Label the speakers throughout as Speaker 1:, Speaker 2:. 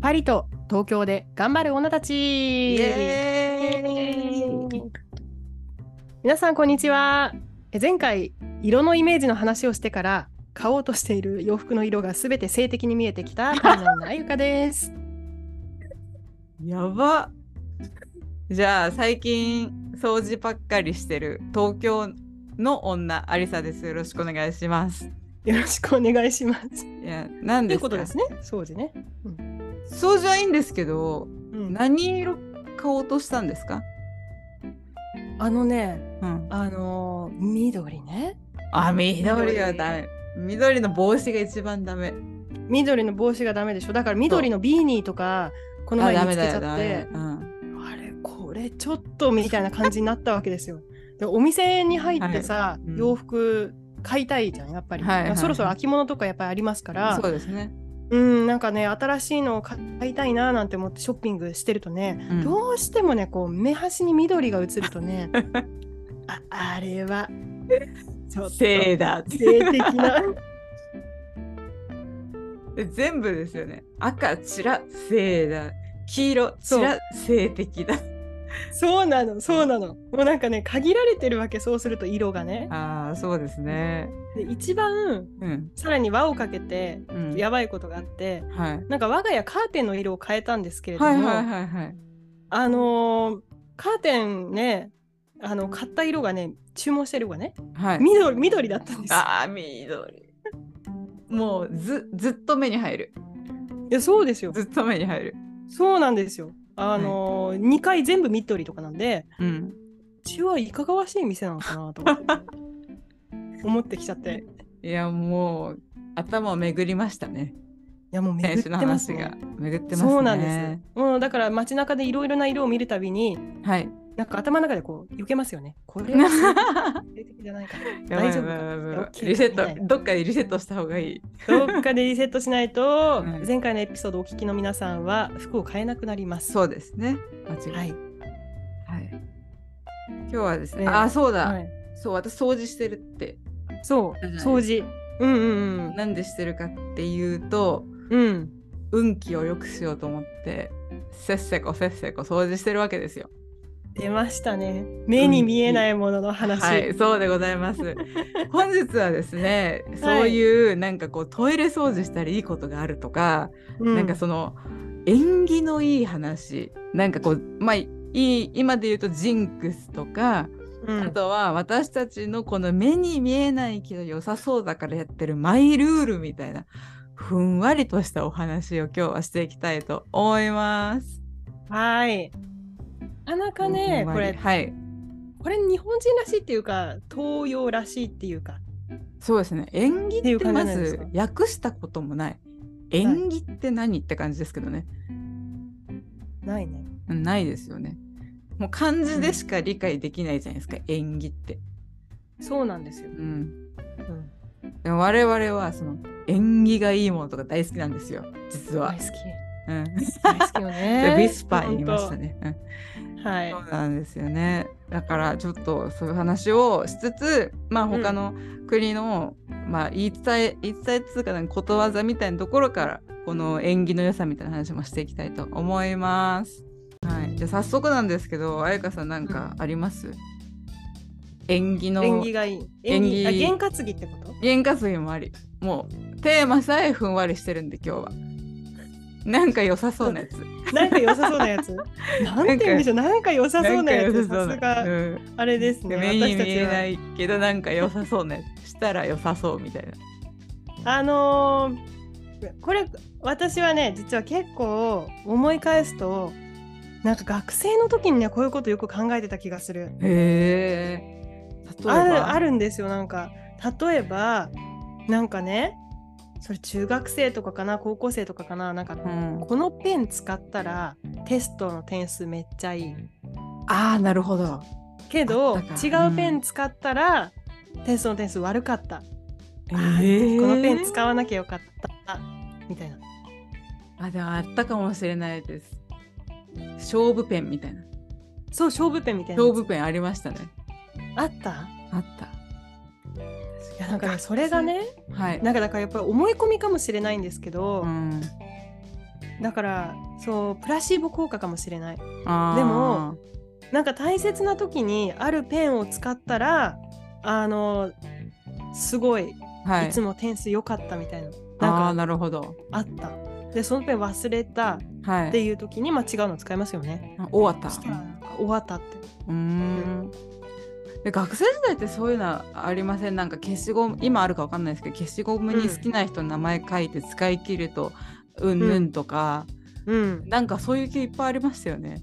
Speaker 1: パリと東京で頑張る女たち
Speaker 2: イエーイ
Speaker 1: 皆さんこんにちはえ前回色のイメージの話をしてから買おうとしている洋服の色がすべて性的に見えてきたカナンあゆかです
Speaker 2: やばじゃあ最近掃除ばっかりしてる東京の女アリサですよろしくお願いします
Speaker 1: よろしくお願いします
Speaker 2: いや何
Speaker 1: とい
Speaker 2: で
Speaker 1: う
Speaker 2: すか
Speaker 1: ことですね掃除ね、
Speaker 2: 掃除はいいんですけど
Speaker 1: うん、
Speaker 2: 何色買おうとしたんですか
Speaker 1: あのね
Speaker 2: うん
Speaker 1: あのー緑ね
Speaker 2: あ緑はダメ緑の帽子が一番ダメ
Speaker 1: 緑の帽子がダメでしょだから緑のビーニーとかこの
Speaker 2: あ
Speaker 1: 前
Speaker 2: ダ
Speaker 1: 見
Speaker 2: メ
Speaker 1: つけ
Speaker 2: だ
Speaker 1: ちゃ
Speaker 2: よダ
Speaker 1: っ
Speaker 2: メ
Speaker 1: て
Speaker 2: うん
Speaker 1: あれこれちょっとみたいな感じになったわけです よ。でお店に入ってさ、
Speaker 2: いうん
Speaker 1: 洋服買いたいじゃんやっぱり、
Speaker 2: はいはい
Speaker 1: まあそろそろ秋物とかやっぱりありますから
Speaker 2: そうですね
Speaker 1: うんなんかね新しいのを買いたいななんて思ってショッピングしてるとね、
Speaker 2: うん
Speaker 1: どうしてもねこう目端に緑が映ると ねああれはちょっと
Speaker 2: せ
Speaker 1: 性
Speaker 2: いだって
Speaker 1: 的 な
Speaker 2: で全部ですよね赤ちら性だ黄色ちら性的だ
Speaker 1: そうなのそうなのもうなんかね限られてるわけそうすると色がね
Speaker 2: ああそうですね
Speaker 1: で一番
Speaker 2: うん、
Speaker 1: さらに輪をかけて
Speaker 2: うん、
Speaker 1: やばいことがあって、
Speaker 2: はい
Speaker 1: なんか我が家カーテンの色を変えたんですけれども、
Speaker 2: はいはいはいはい
Speaker 1: あのーカーテンねあの買った色がね注文した色がね
Speaker 2: はい
Speaker 1: 緑緑だったんですよ
Speaker 2: ああ緑もうずずっと目に入る
Speaker 1: いやそうですよ
Speaker 2: ずっと目に入る
Speaker 1: そうなんですよあのー、2回全部緑とかなんで
Speaker 2: うん
Speaker 1: うちはいかがわしい店なのかなと思 って思ってきちゃってい
Speaker 2: いやもう頭を巡りましたね
Speaker 1: やもう巡
Speaker 2: 選
Speaker 1: っ
Speaker 2: 手の
Speaker 1: てます
Speaker 2: 話
Speaker 1: ね
Speaker 2: が巡ってますね
Speaker 1: そうなんですもうだから街中でいろいろな色を見るたびに
Speaker 2: はい
Speaker 1: なんか頭の中でこう避けますよねこれは 性的じゃないかな
Speaker 2: やばい
Speaker 1: 大丈夫か
Speaker 2: やばいやばいやばい
Speaker 1: OK
Speaker 2: リセ
Speaker 1: みたい
Speaker 2: ット
Speaker 1: な
Speaker 2: どっかでリセットした方がいい
Speaker 1: どっかでリセットしないと、
Speaker 2: うん
Speaker 1: 前回のエピソードをお聞きの皆さんは服を買えなくなります。
Speaker 2: そうですね間違いな
Speaker 1: はいい。
Speaker 2: はい。今日はですね、
Speaker 1: ね
Speaker 2: ああ、そうだ、
Speaker 1: はい、
Speaker 2: そう、私掃除してるって、
Speaker 1: そう、掃除。うんうん
Speaker 2: なんでしてるかっていうと、
Speaker 1: うん。うん。
Speaker 2: 運気を良くしようと思って、せっせこせっせこ掃除してるわけですよ。
Speaker 1: 出ましたね。目に見えないものの話。
Speaker 2: はい、そうでございます。 本日はですね、
Speaker 1: はい
Speaker 2: そういうなんかこうトイレ掃除したらいいことがあるとか、
Speaker 1: う
Speaker 2: なんかその縁起のいい話、なんかこうまあいい今で言うとジンクスとか、
Speaker 1: うん
Speaker 2: あとは私たちのこの目に見えないけど良さそうだからやってるマイルールみたいなふんわりとしたお話を今日はしていきたいと思います。
Speaker 1: はい。なかなかね
Speaker 2: ふ、ん
Speaker 1: こ
Speaker 2: わ
Speaker 1: れ、
Speaker 2: りはい
Speaker 1: これ日本人らしいっていうか、東洋らしいっていうか。
Speaker 2: そうですね縁起っ
Speaker 1: っていう
Speaker 2: て
Speaker 1: 感じ
Speaker 2: ま
Speaker 1: なんです
Speaker 2: ず
Speaker 1: か
Speaker 2: 訳したこともない縁起って何って感じですけどね、
Speaker 1: ないね。
Speaker 2: うんないですよね。もう漢字でしか理解できないじゃないですか、縁起って。
Speaker 1: そうなんですよ。
Speaker 2: うん、
Speaker 1: うん。
Speaker 2: でも我々はその縁起がいいものとか大好きなんですよ実は
Speaker 1: 大。好き。
Speaker 2: うん、
Speaker 1: 大好きよ ね。
Speaker 2: ビスパー言いましたね。うん
Speaker 1: 本当。はい
Speaker 2: そ。うなんですよね。だからちょっとそういう話をしつつ、まあ
Speaker 1: うん
Speaker 2: 他の国の、まあ言い伝え言い伝えつうかなんかことわざみたいなところからこの縁起の良さみたいな話もしていきたいと思います。はい。じゃあ早速なんですけど、あやかさんなんかあります？縁起の
Speaker 1: 縁起がいい。縁起。あ、
Speaker 2: 縁起
Speaker 1: 験担ぎってこと
Speaker 2: 験担ぎもあり、もうテーマさえふんわりしてるんで今日は。なんか良さそうなやつ。
Speaker 1: なんか良さそうな やつ。なんて言うんでしょう。なんか良さそうなやつ。
Speaker 2: んか良
Speaker 1: さ
Speaker 2: な
Speaker 1: すが、
Speaker 2: うん
Speaker 1: あれですね。
Speaker 2: 目に
Speaker 1: 私
Speaker 2: 見
Speaker 1: たち
Speaker 2: えな
Speaker 1: は。
Speaker 2: いけどなんか良さそうねしたら良さそうみたいな
Speaker 1: あのーこれ、私はね、実は結構思い返すと、なんか学生の時にね、こういうことよく考えてた気がする。
Speaker 2: へえ例えば
Speaker 1: ある、あるんですよ。なんか、例えば、なんかね、それ中学生とかかな、高校生とかかな、なんか、
Speaker 2: うん、あ
Speaker 1: このペン使ったらテストの点数めっちゃいい。
Speaker 2: あーなるほど
Speaker 1: けど
Speaker 2: あった
Speaker 1: 違
Speaker 2: か
Speaker 1: うペン使ったら、テストの点数悪かった、
Speaker 2: え
Speaker 1: このペン使わなきゃよかったみたいな
Speaker 2: あでもあったかもしれないです勝負ペンみたいな
Speaker 1: そう勝負ペンみたいなやつ
Speaker 2: 勝負ペンありましたね
Speaker 1: あった
Speaker 2: あった
Speaker 1: いやなんかねそれがね
Speaker 2: はい
Speaker 1: なんかだからやっぱり思い込みかもしれないんですけど、
Speaker 2: うん
Speaker 1: だからそうプラシーボ効果かもしれない
Speaker 2: あー
Speaker 1: でも、なんか大切な時にあるペンを使ったらあのすごい
Speaker 2: はい
Speaker 1: いつも点数良かったみたいな、
Speaker 2: あ
Speaker 1: な
Speaker 2: あ
Speaker 1: ん
Speaker 2: ー
Speaker 1: か
Speaker 2: なるほど。
Speaker 1: あったでそのペン忘れた
Speaker 2: はい。
Speaker 1: っていう時に、まあ、違うの使いますよね
Speaker 2: あ終わ
Speaker 1: そした
Speaker 2: った。
Speaker 1: らなんか終わったって
Speaker 2: うーん。で学生時代ってそういうのはありませんなんか消しゴム今あるかわかんないですけど消しゴムに好きな人の名前書いて使い切るとうんぬんとか、
Speaker 1: うん
Speaker 2: なんかそういう系いっぱいありましたよね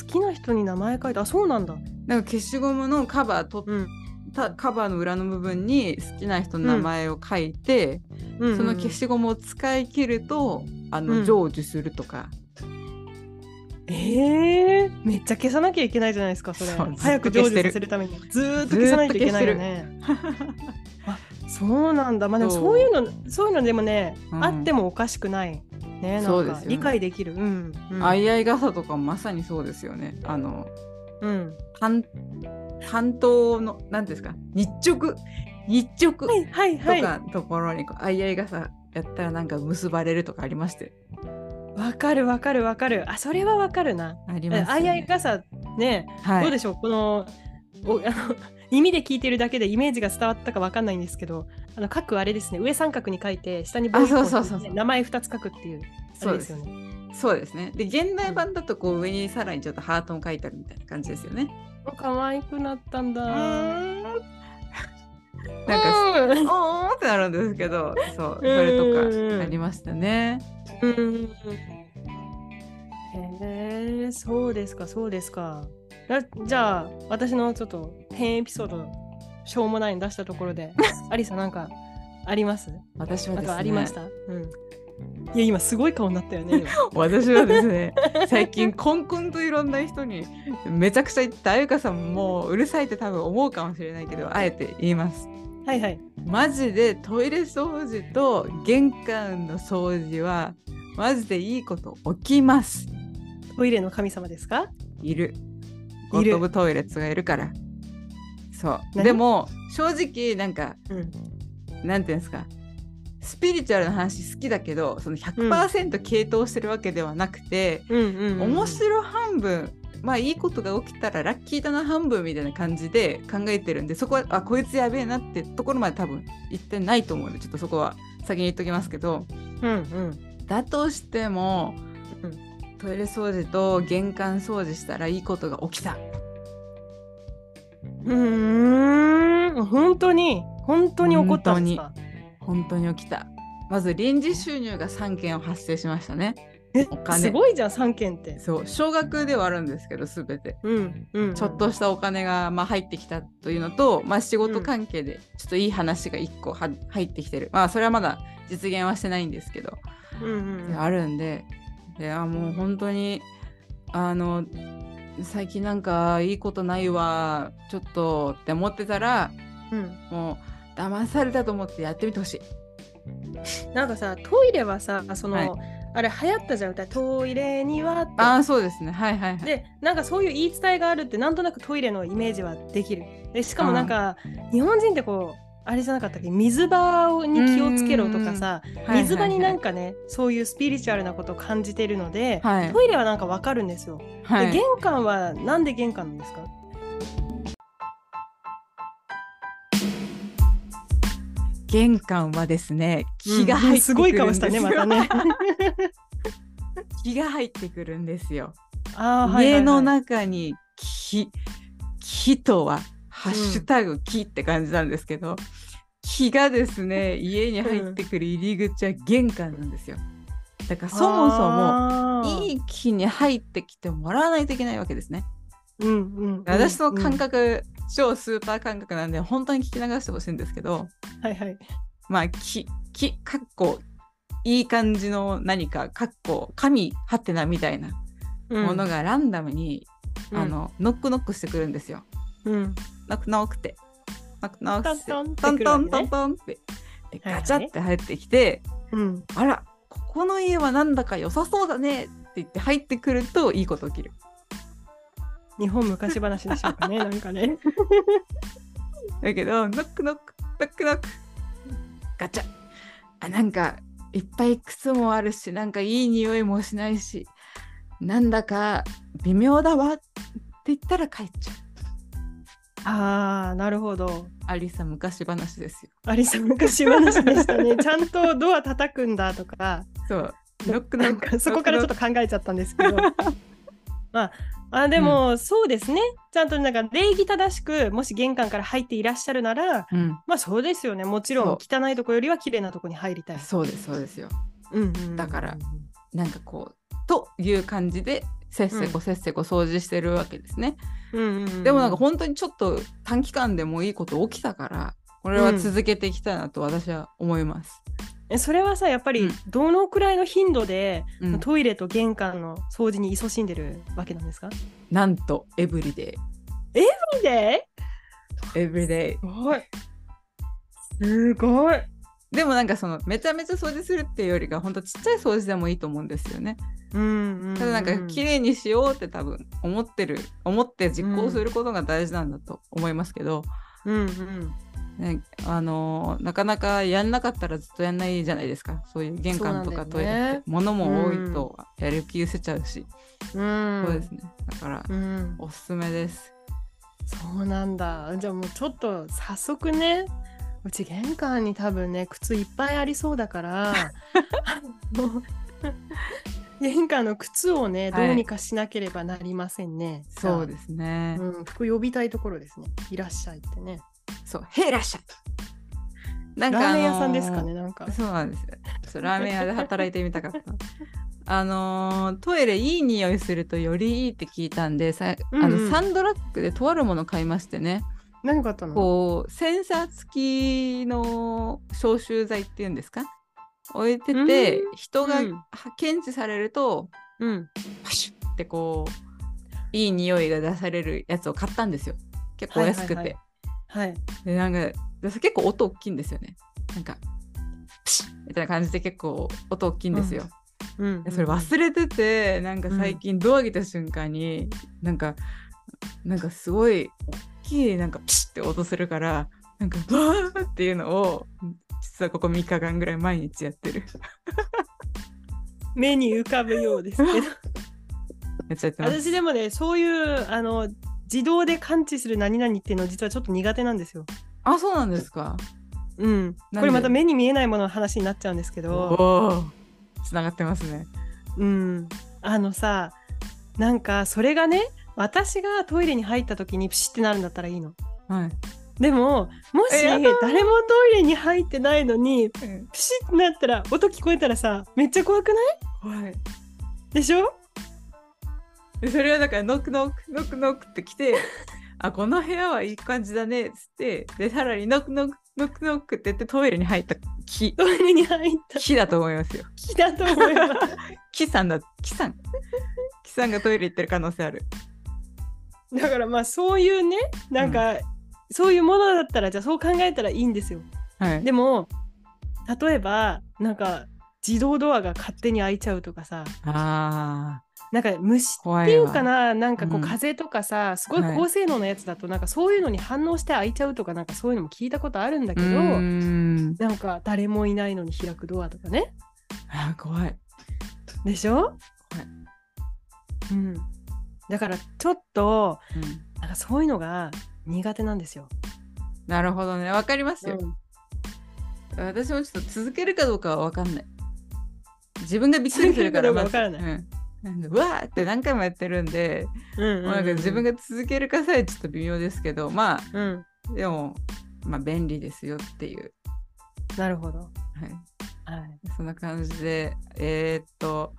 Speaker 1: 好きな人に名前書いてあそうなんだ
Speaker 2: なんか消しゴムのカバー取
Speaker 1: うん
Speaker 2: ったカバーの裏の部分に好きな人の名前を書いて、
Speaker 1: うん
Speaker 2: その消しゴムを使い切るとあ
Speaker 1: う
Speaker 2: の、
Speaker 1: ん
Speaker 2: 成就するとか
Speaker 1: えー、めっちゃ消さなきゃいけないじゃないですかそれ
Speaker 2: そう
Speaker 1: 早く
Speaker 2: ずっ
Speaker 1: 成
Speaker 2: と消して
Speaker 1: 就
Speaker 2: る
Speaker 1: させるためにずーっと消さないといけないよねあそうなんだまあでもそういうのそういうのでもね、
Speaker 2: うん
Speaker 1: あってもおかしくないねな
Speaker 2: そうんで
Speaker 1: か
Speaker 2: すよね
Speaker 1: 理解できるうんうん
Speaker 2: 相合い傘とかまさにそうですよねあの
Speaker 1: うん
Speaker 2: 担担当の何ですか日直日直と
Speaker 1: はいはいはい
Speaker 2: かところにこう相合い傘やったらなんか結ばれるとかありまして
Speaker 1: わかるわかるわかるあそれはわかるな
Speaker 2: あり
Speaker 1: え
Speaker 2: ます
Speaker 1: あ
Speaker 2: よ
Speaker 1: いあい
Speaker 2: ね。
Speaker 1: 傘ね
Speaker 2: は
Speaker 1: どう
Speaker 2: い
Speaker 1: でしょうこのおあの耳で聞いてるだけでイメージが伝わったかわかんないんですけどあの書くあれですね上三角に書いて下に棒一本
Speaker 2: あそうそうそう
Speaker 1: 引いて名前二つ書くっていうあ
Speaker 2: そう
Speaker 1: れで
Speaker 2: で
Speaker 1: す
Speaker 2: す
Speaker 1: よね
Speaker 2: そうですね。で現代版だとこう上にさらにちょっとハートも書いてあるみたいな感じですよね。
Speaker 1: 可愛くなったんだ
Speaker 2: なんか
Speaker 1: なんか
Speaker 2: おーってなるんですけどそうそれとかありましたね。
Speaker 1: うんへえそうですかそうですかだじゃあ私のちょっと変エピソードしょうもないの出したところ でアリサなんかあります
Speaker 2: 私は
Speaker 1: あと
Speaker 2: ですね
Speaker 1: ありました、うんいや今すごい顔になったよね今
Speaker 2: 私はですね最近コンコンといろんな人にめちゃくちゃ言ったあゆかさんもうるさいって多分思うかもしれないけどあえて言います
Speaker 1: はいはい。
Speaker 2: マジでトイレ掃除と玄関の掃除はマジでいいこと起きます
Speaker 1: トイレの神様ですか？
Speaker 2: いるゴ
Speaker 1: いる
Speaker 2: ッドブトイレッツがいるからそう
Speaker 1: 何
Speaker 2: でも正直なんか
Speaker 1: うん。
Speaker 2: なんていうんですかスピリチュアルな話好きだけどその100%傾倒してるわけではなくて、
Speaker 1: うんうん、
Speaker 2: 面白半分まあいいことが起きたらラッキーだな半分みたいな感じで考えてるんでそこはあこいつやべえなってところまで多分言ってないと思うのでちょっとそこは先に言っときますけど
Speaker 1: うんうん。
Speaker 2: だとしても、
Speaker 1: うん
Speaker 2: トイレ掃除と玄関掃除したらいいことが起きた
Speaker 1: うーん。本当に本当に怒ったんですか？
Speaker 2: 本当に起きたまず臨時収入が3件発生しましたね
Speaker 1: え
Speaker 2: お金
Speaker 1: すごいじゃん三件って。
Speaker 2: そう少額ではあるんですけど全て
Speaker 1: うんうん。
Speaker 2: ちょっとしたお金がまあ入ってきたというのと、まあ、仕事関係でちょっといい話が1個は入ってきてる、まあ、それはまだ実現はしてないんですけど、
Speaker 1: うんうんうん。
Speaker 2: あるんでいやもう本当にあの最近なんかいいことないわちょっとって思ってたら
Speaker 1: うん
Speaker 2: もう騙されたと思ってやってみてほしい。
Speaker 1: なんかさトイレはさその、
Speaker 2: はい
Speaker 1: あれ流行ったじゃん歌トイレにはって。
Speaker 2: ああそうですねはいはいはい。
Speaker 1: でなんかそういう言い伝えがあるってなんとなくトイレのイメージはできるでしかもなんか日本人ってこうあれじゃなかったっけ水場に気をつけろとかさ水場になん
Speaker 2: か、
Speaker 1: かねそういうスピリチュアルなことを感じてるので、
Speaker 2: はい
Speaker 1: トイレはなんかわかるんですよ、
Speaker 2: はい
Speaker 1: で玄関はなんで玄関なんですか
Speaker 2: 玄関はですね気が
Speaker 1: うん
Speaker 2: 入って
Speaker 1: す
Speaker 2: く
Speaker 1: ごい
Speaker 2: るんですよ、
Speaker 1: 顔したねまたね
Speaker 2: 気が入ってくるんですよ。
Speaker 1: あーはいはいはい
Speaker 2: 家の中に木「木」とは「ハッシュタグ木」って感じなんですけど、木がですね家に入ってくる入り口は玄関なんですよ。だからそもそも
Speaker 1: い、
Speaker 2: いい木に入ってきてもらわないといけないわけですね。
Speaker 1: うんうんうん、
Speaker 2: 私の感
Speaker 1: 覚、
Speaker 2: 覚、超スーパー感覚なんで本当に聞き流してほしいんですけど
Speaker 1: はいはい
Speaker 2: まあ木木かっこいい感じの何かかっこ神はてなみたいな
Speaker 1: うん
Speaker 2: ものがランダムに、
Speaker 1: うん
Speaker 2: あのノックノックしてくるんですよ。
Speaker 1: うん
Speaker 2: なくなくて、なくなくて、
Speaker 1: ト
Speaker 2: ト
Speaker 1: ン
Speaker 2: ン
Speaker 1: ト
Speaker 2: ト
Speaker 1: ンっ
Speaker 2: ン
Speaker 1: て
Speaker 2: ト
Speaker 1: くるわけ
Speaker 2: ン
Speaker 1: ね
Speaker 2: トンって、で
Speaker 1: はいはい
Speaker 2: ガチャって入ってきて、
Speaker 1: うん
Speaker 2: あら、ここの家はなんだか良さそうだねって言って入ってくるといいこと起きる。
Speaker 1: 日本昔話でしょうか ねなんかね
Speaker 2: だけど、ノックノック、ノックノック、ガチャ。あ、なんかいっぱい靴もあるしなんかいい匂いもしないしなんだか微妙だわって言ったら帰っちゃう
Speaker 1: ああ、なるほど。
Speaker 2: ありさ昔話ですよ
Speaker 1: ありさ昔話でしたね。ちゃんとドア叩くんだとか、
Speaker 2: そうロック
Speaker 1: な
Speaker 2: の
Speaker 1: んか そこからちょっと考えちゃったんですけど。 まあ、あでも、そうですね。ちゃんとなんか礼儀正しく、もし玄関から入っていらっしゃるなら、
Speaker 2: うん
Speaker 1: まあそうですよね。もちろん汚いとこよりは綺麗なとこに入りたい。
Speaker 2: そうですそうですよ
Speaker 1: うんうん
Speaker 2: だからなんかこうという感じでせっせこせっせこ掃除してるわけですね、
Speaker 1: うんうんうん、
Speaker 2: でもなんか本当にちょっと短期間でもいいこと起きたからこれは続けていきたいなと私は思います、
Speaker 1: えそれはさやっぱ
Speaker 2: う
Speaker 1: り
Speaker 2: ん
Speaker 1: どのくらいの頻度で、
Speaker 2: うん
Speaker 1: トイレと玄関の掃除に勤しんでるわけなんですか
Speaker 2: なんとエブリデ
Speaker 1: で
Speaker 2: イエブリデイ
Speaker 1: すごいすごい
Speaker 2: でもなんかそのめちゃめちゃ掃除するっていうよりかほんとちっちゃい掃除でもいいと思うんですよね。
Speaker 1: うんうん、うん、
Speaker 2: ただなんか綺麗にしようって多分思ってる思って実行することが大事なんだと思いますけど、
Speaker 1: うんうん
Speaker 2: ね、あのーなかなかやんなかったらずっとやんないじゃないですかそういう玄関とか
Speaker 1: そ
Speaker 2: ト
Speaker 1: う
Speaker 2: イレ
Speaker 1: なんだよね
Speaker 2: って物も多いとやる気失せちゃうし、
Speaker 1: うん
Speaker 2: そうですねだから
Speaker 1: うん、
Speaker 2: おすすめです。
Speaker 1: そうなんだじゃあもうちょっと早速ねうち玄関に多分ね靴いっぱいありそうだから もう玄関の靴をねど
Speaker 2: はいう
Speaker 1: にかしなければなりませんね、
Speaker 2: そうですすね、
Speaker 1: うん、服呼びたいところですね。いらっしゃいってね。
Speaker 2: そう「へいらっしゃい!」な
Speaker 1: ラーメン屋さん
Speaker 2: あのー
Speaker 1: ですかね、なんか。
Speaker 2: そうなんですよ。そうラーメン屋で働いてみたか った。あのートイレいい匂いするとよりいいって聞いたんでさ、あ
Speaker 1: うんう
Speaker 2: の
Speaker 1: ん
Speaker 2: サンドラッグでとあるもの買いましてね、
Speaker 1: 何があったの
Speaker 2: こうセンサー付きの消臭剤っていうんですか置いてて、
Speaker 1: う
Speaker 2: 人が
Speaker 1: うん
Speaker 2: 検知されると
Speaker 1: うん。
Speaker 2: パシュッってこういい匂いが出されるやつを買ったんですよ結構安くて、
Speaker 1: はいはいはい。
Speaker 2: でなんかで結構音大きいんですよねなんかプシッみたいな感じで結構音大きいんですよ、
Speaker 1: うん
Speaker 2: でそれ忘れててなんか最近ドア開けた瞬間に、なんかなんかすごい大きいなんかプシッって音するからなんかわーっていうのを実はここ3日間ぐらい毎日やってる
Speaker 1: 目に浮かぶようです けど。
Speaker 2: めっちゃやってます
Speaker 1: 私でもね、そういう、あの、自動で感知する何々っていうの実はちょっと苦手なんですよ。
Speaker 2: あそうなんですか
Speaker 1: うん。
Speaker 2: で
Speaker 1: これまた目に見えないものの話になっちゃうんですけ
Speaker 2: お
Speaker 1: ど、
Speaker 2: おつながってますね
Speaker 1: うん。あのさ、なんかそれがね、私がトイレに入った時にプシってなるんだったらいいの。
Speaker 2: はい、
Speaker 1: でも、もし
Speaker 2: えや
Speaker 1: 誰
Speaker 2: だ
Speaker 1: もトイレに入ってないのに、プシってなったら音聞こえたらさめっちゃ怖くない
Speaker 2: はい
Speaker 1: でしょ
Speaker 2: でそれはだからノックノックノックノックって来 てあこの部屋はいい感じだねっつってでさらにノックノックノックノックって言ってトイレに入った木
Speaker 1: トイレに入った
Speaker 2: 木だと思いますよ
Speaker 1: 気だと思い ます
Speaker 2: 木さんだ 木さん木さんがトイレ行ってる可能性ある
Speaker 1: だからまあそういうねなんか、そういうものだったらじゃあそう考えたらいいんですよ
Speaker 2: はい
Speaker 1: でも例えばなんか自動ドアが勝手に開いちゃうとかさ
Speaker 2: あ
Speaker 1: なんか虫
Speaker 2: ー怖
Speaker 1: ってい
Speaker 2: いわ
Speaker 1: うかななんかこう
Speaker 2: うん
Speaker 1: 風とかさ、すごい
Speaker 2: はい
Speaker 1: 高性能なやつだとなんかそういうのに反応して開いちゃうとかなんかそういうのも聞いたことあるんだ
Speaker 2: う
Speaker 1: けど、
Speaker 2: ーん
Speaker 1: なんか誰もいないのに開くドアとかね
Speaker 2: あー怖い
Speaker 1: でしょ、うん、だからちょっと
Speaker 2: うん
Speaker 1: なんかそういうのが苦手なんですよ。
Speaker 2: なるほどねわかりますよ、私もちょっと続けるかどうかは分かんない自分がびっくりするから
Speaker 1: 続けるかどうか分から
Speaker 2: まずうんなんかうわーって何回もやってるんで
Speaker 1: うんうんうん
Speaker 2: もうなんか自分が続けるかさえちょっと微妙ですけどま
Speaker 1: うん、
Speaker 2: あでもまあ便利ですよっていう、
Speaker 1: なるほど、
Speaker 2: はい、
Speaker 1: はい、
Speaker 2: そんな感じでえーっと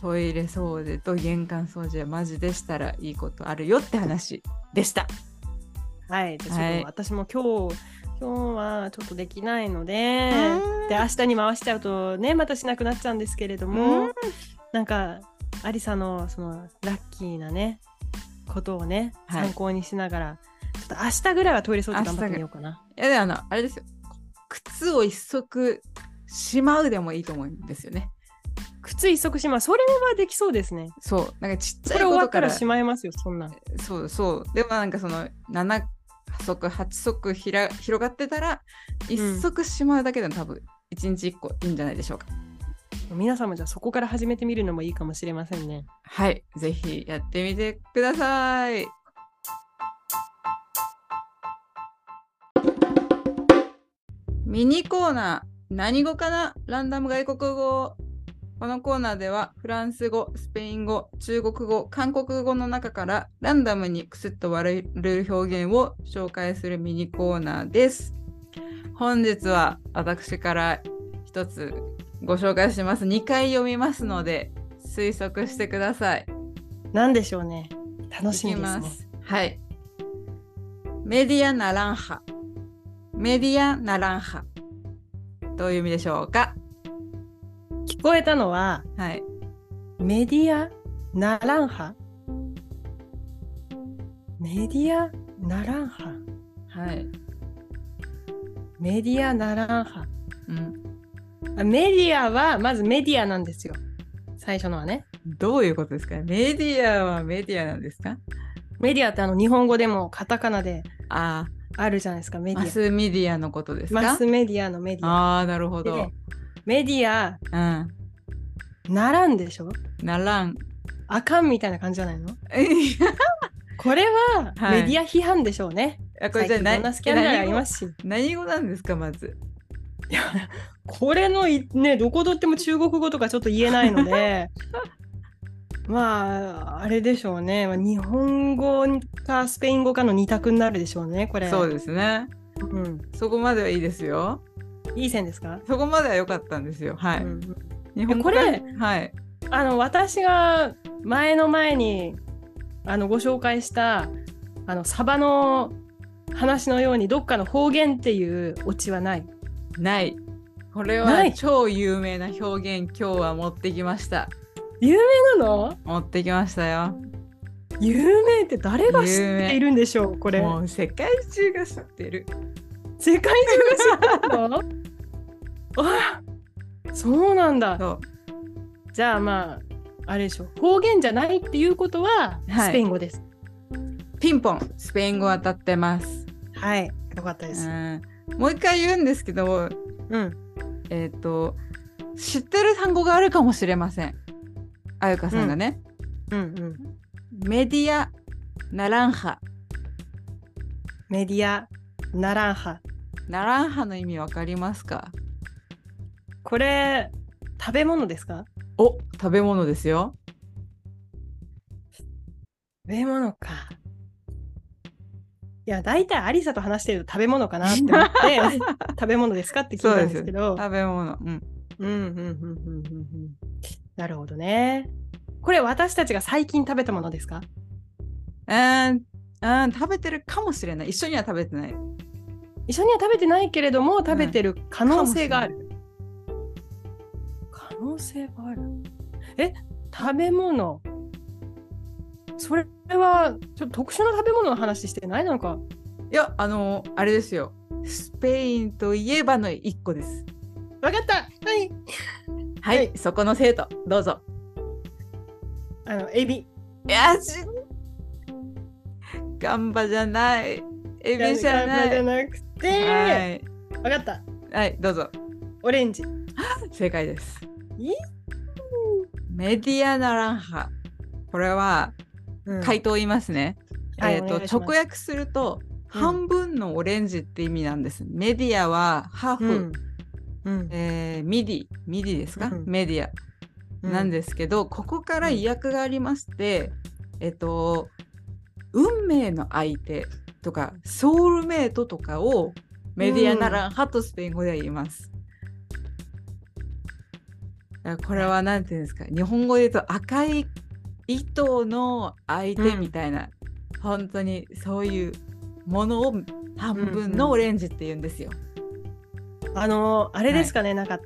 Speaker 2: トイレ掃除と玄関掃除はマジでしたらいいことあるよって話でした
Speaker 1: はい、じゃあちょっと
Speaker 2: はい
Speaker 1: 私も今日今日はちょっとできないので、で明日に回しちゃうとねまたしなくなっちゃうんですけれども、
Speaker 2: うん
Speaker 1: なんかありさのそのラッキーなねことをね、
Speaker 2: はい
Speaker 1: 参考にしながらちょっと明日ぐらいはトイレ掃除頑張ってみようかな。
Speaker 2: いやであのあれですよ靴を一足しまうでもいいと思うんですよね
Speaker 1: 靴一足しまうそれはできそうですね。
Speaker 2: そうなんかちっち
Speaker 1: こ
Speaker 2: ゃい
Speaker 1: れ終
Speaker 2: こ
Speaker 1: わ
Speaker 2: と
Speaker 1: った
Speaker 2: から
Speaker 1: らしまいますよそんなん。
Speaker 2: そうそうでもなんかその7足8足ひら広がってたら一足しまうだけでも多分一日一個いいんじゃないでしょうか。
Speaker 1: 皆さんもじゃあそこから始めてみるのもいいかもしれませんね。
Speaker 2: はい、ぜひやってみてください。ミニコーナー、何語かなランダム外国語。このコーナーではフランス語、スペイン語、中国語、韓国語の中からランダムにクスッと割れる表現を紹介するミニコーナーです。本日は私から一つご紹介します。2回読みますので推測してください。
Speaker 1: なんでしょうね。楽しみ
Speaker 2: いき
Speaker 1: です
Speaker 2: ま
Speaker 1: ね。
Speaker 2: す。はい。メディアナランハ。メディアナランハ。どういう意味でしょうか
Speaker 1: 聞こえたのは
Speaker 2: はい。
Speaker 1: メディア・ナランハ。メディア・ナランハ。
Speaker 2: はい。
Speaker 1: メディア・ナランハ。
Speaker 2: うん。
Speaker 1: あメディアはまずメディアなんですよ。最初のはね。
Speaker 2: どういうことですかメディアはメディアなんですか
Speaker 1: メディアってあの日本語でもカタカナで
Speaker 2: あ
Speaker 1: あるじゃないですか、メ
Speaker 2: あ、
Speaker 1: ディア
Speaker 2: マ。スメディアのことですか
Speaker 1: マスメディアのメディア。
Speaker 2: ああ、なるほ
Speaker 1: で
Speaker 2: ど。
Speaker 1: メディア、
Speaker 2: うん。
Speaker 1: ならんでしょ
Speaker 2: ナラン。
Speaker 1: あかんみたいな感じじゃないの
Speaker 2: い
Speaker 1: これは
Speaker 2: はい
Speaker 1: メディア批判でしょうね。
Speaker 2: やこ
Speaker 1: こ
Speaker 2: れ
Speaker 1: れ
Speaker 2: じ
Speaker 1: じ
Speaker 2: ゃ
Speaker 1: ゃ
Speaker 2: あ
Speaker 1: いろんなスキャンダルあ
Speaker 2: 何
Speaker 1: り
Speaker 2: 語
Speaker 1: ますし。
Speaker 2: 何語なんですかまず。
Speaker 1: いやこれのいねどこ取っても中国語とかちょっと言えないので まああれでしょうねまあ日本語かスペイン語かの二択になるでしょうねこれ
Speaker 2: そうですね。
Speaker 1: うん、
Speaker 2: そこまではいいですよ。
Speaker 1: いい線ですか、
Speaker 2: そこまでは良かったんですよ。はい。
Speaker 1: うん
Speaker 2: 日本語
Speaker 1: これ
Speaker 2: がはい。
Speaker 1: あの私が前の前にあのご紹介したあのサバの話のようにどっかの方言っていうオチはない
Speaker 2: ない。これ
Speaker 1: な
Speaker 2: はい超有名な表現今日は持ってきました。
Speaker 1: 有名なの
Speaker 2: 持ってきましたよ。
Speaker 1: 有名って誰が知っているんでしょうこれ
Speaker 2: もう世界中が知ってる。
Speaker 1: 世界中が知ってたのあそうなんだ
Speaker 2: そう。
Speaker 1: じゃあまああれでしょ方言じゃないっていうことは
Speaker 2: はい
Speaker 1: スペイン語です
Speaker 2: ピンポンスペイン語当たってます。
Speaker 1: はい、よかったで
Speaker 2: う、ん。もう一回言うんですけど、
Speaker 1: うん、
Speaker 2: えっ、と知ってる単語があるかもしれません。あゆかさんがね、
Speaker 1: うんうん
Speaker 2: メディアナランハ
Speaker 1: メディアナランハ
Speaker 2: ナランハの意味わかりますか？
Speaker 1: これ食べ物ですか
Speaker 2: お食べ物ですよ。
Speaker 1: 食べ物かいや大体アリサと話してると食べ物かなって思って 食べ物ですかって聞いたんですけど
Speaker 2: 食べ物。うん。
Speaker 1: うんうんうんうんうんうんなるほどねこれ私たちが最近食べたものですか
Speaker 2: えーうん、食べてるかもしれない。一緒には食べてない。
Speaker 1: 一緒には食べてないけれども食べてる可能性がある、可能性があるえ食べ物それはちょっと特殊な食べ物の話してないなんか
Speaker 2: いや、あのあれですよ。スペインといえばの一個です。
Speaker 1: わかったはい
Speaker 2: はい、
Speaker 1: はい
Speaker 2: そこの生徒、どうぞ。
Speaker 1: あのエビ
Speaker 2: いや、し。ガンバじゃない。エビじゃな
Speaker 1: じゃ
Speaker 2: い。
Speaker 1: なく
Speaker 2: は
Speaker 1: て
Speaker 2: い、
Speaker 1: わかった
Speaker 2: はい、どうぞ。
Speaker 1: オレンジ
Speaker 2: 正解です
Speaker 1: いい。
Speaker 2: メディアナランハ。これは
Speaker 1: うん
Speaker 2: 回答言いますね。
Speaker 1: はい
Speaker 2: えっ、
Speaker 1: お
Speaker 2: と
Speaker 1: 願いします
Speaker 2: 直訳すると、
Speaker 1: うん
Speaker 2: 半分のオレンジって意味なんです。メディアはハーフ、
Speaker 1: うんうん
Speaker 2: えーミディミディですか、
Speaker 1: うん
Speaker 2: メディアなんですけど、ここから意訳がありまして、えっと運命の相手とかソウルメイトとかをメディアならハとスペイン語では言います。だからこれは何て言うんですか日本語で言うと赤い糸の相手みたいな、本当にそういうものを半分のオレンジって言うんですよ。
Speaker 1: あのーあれですかね、なんか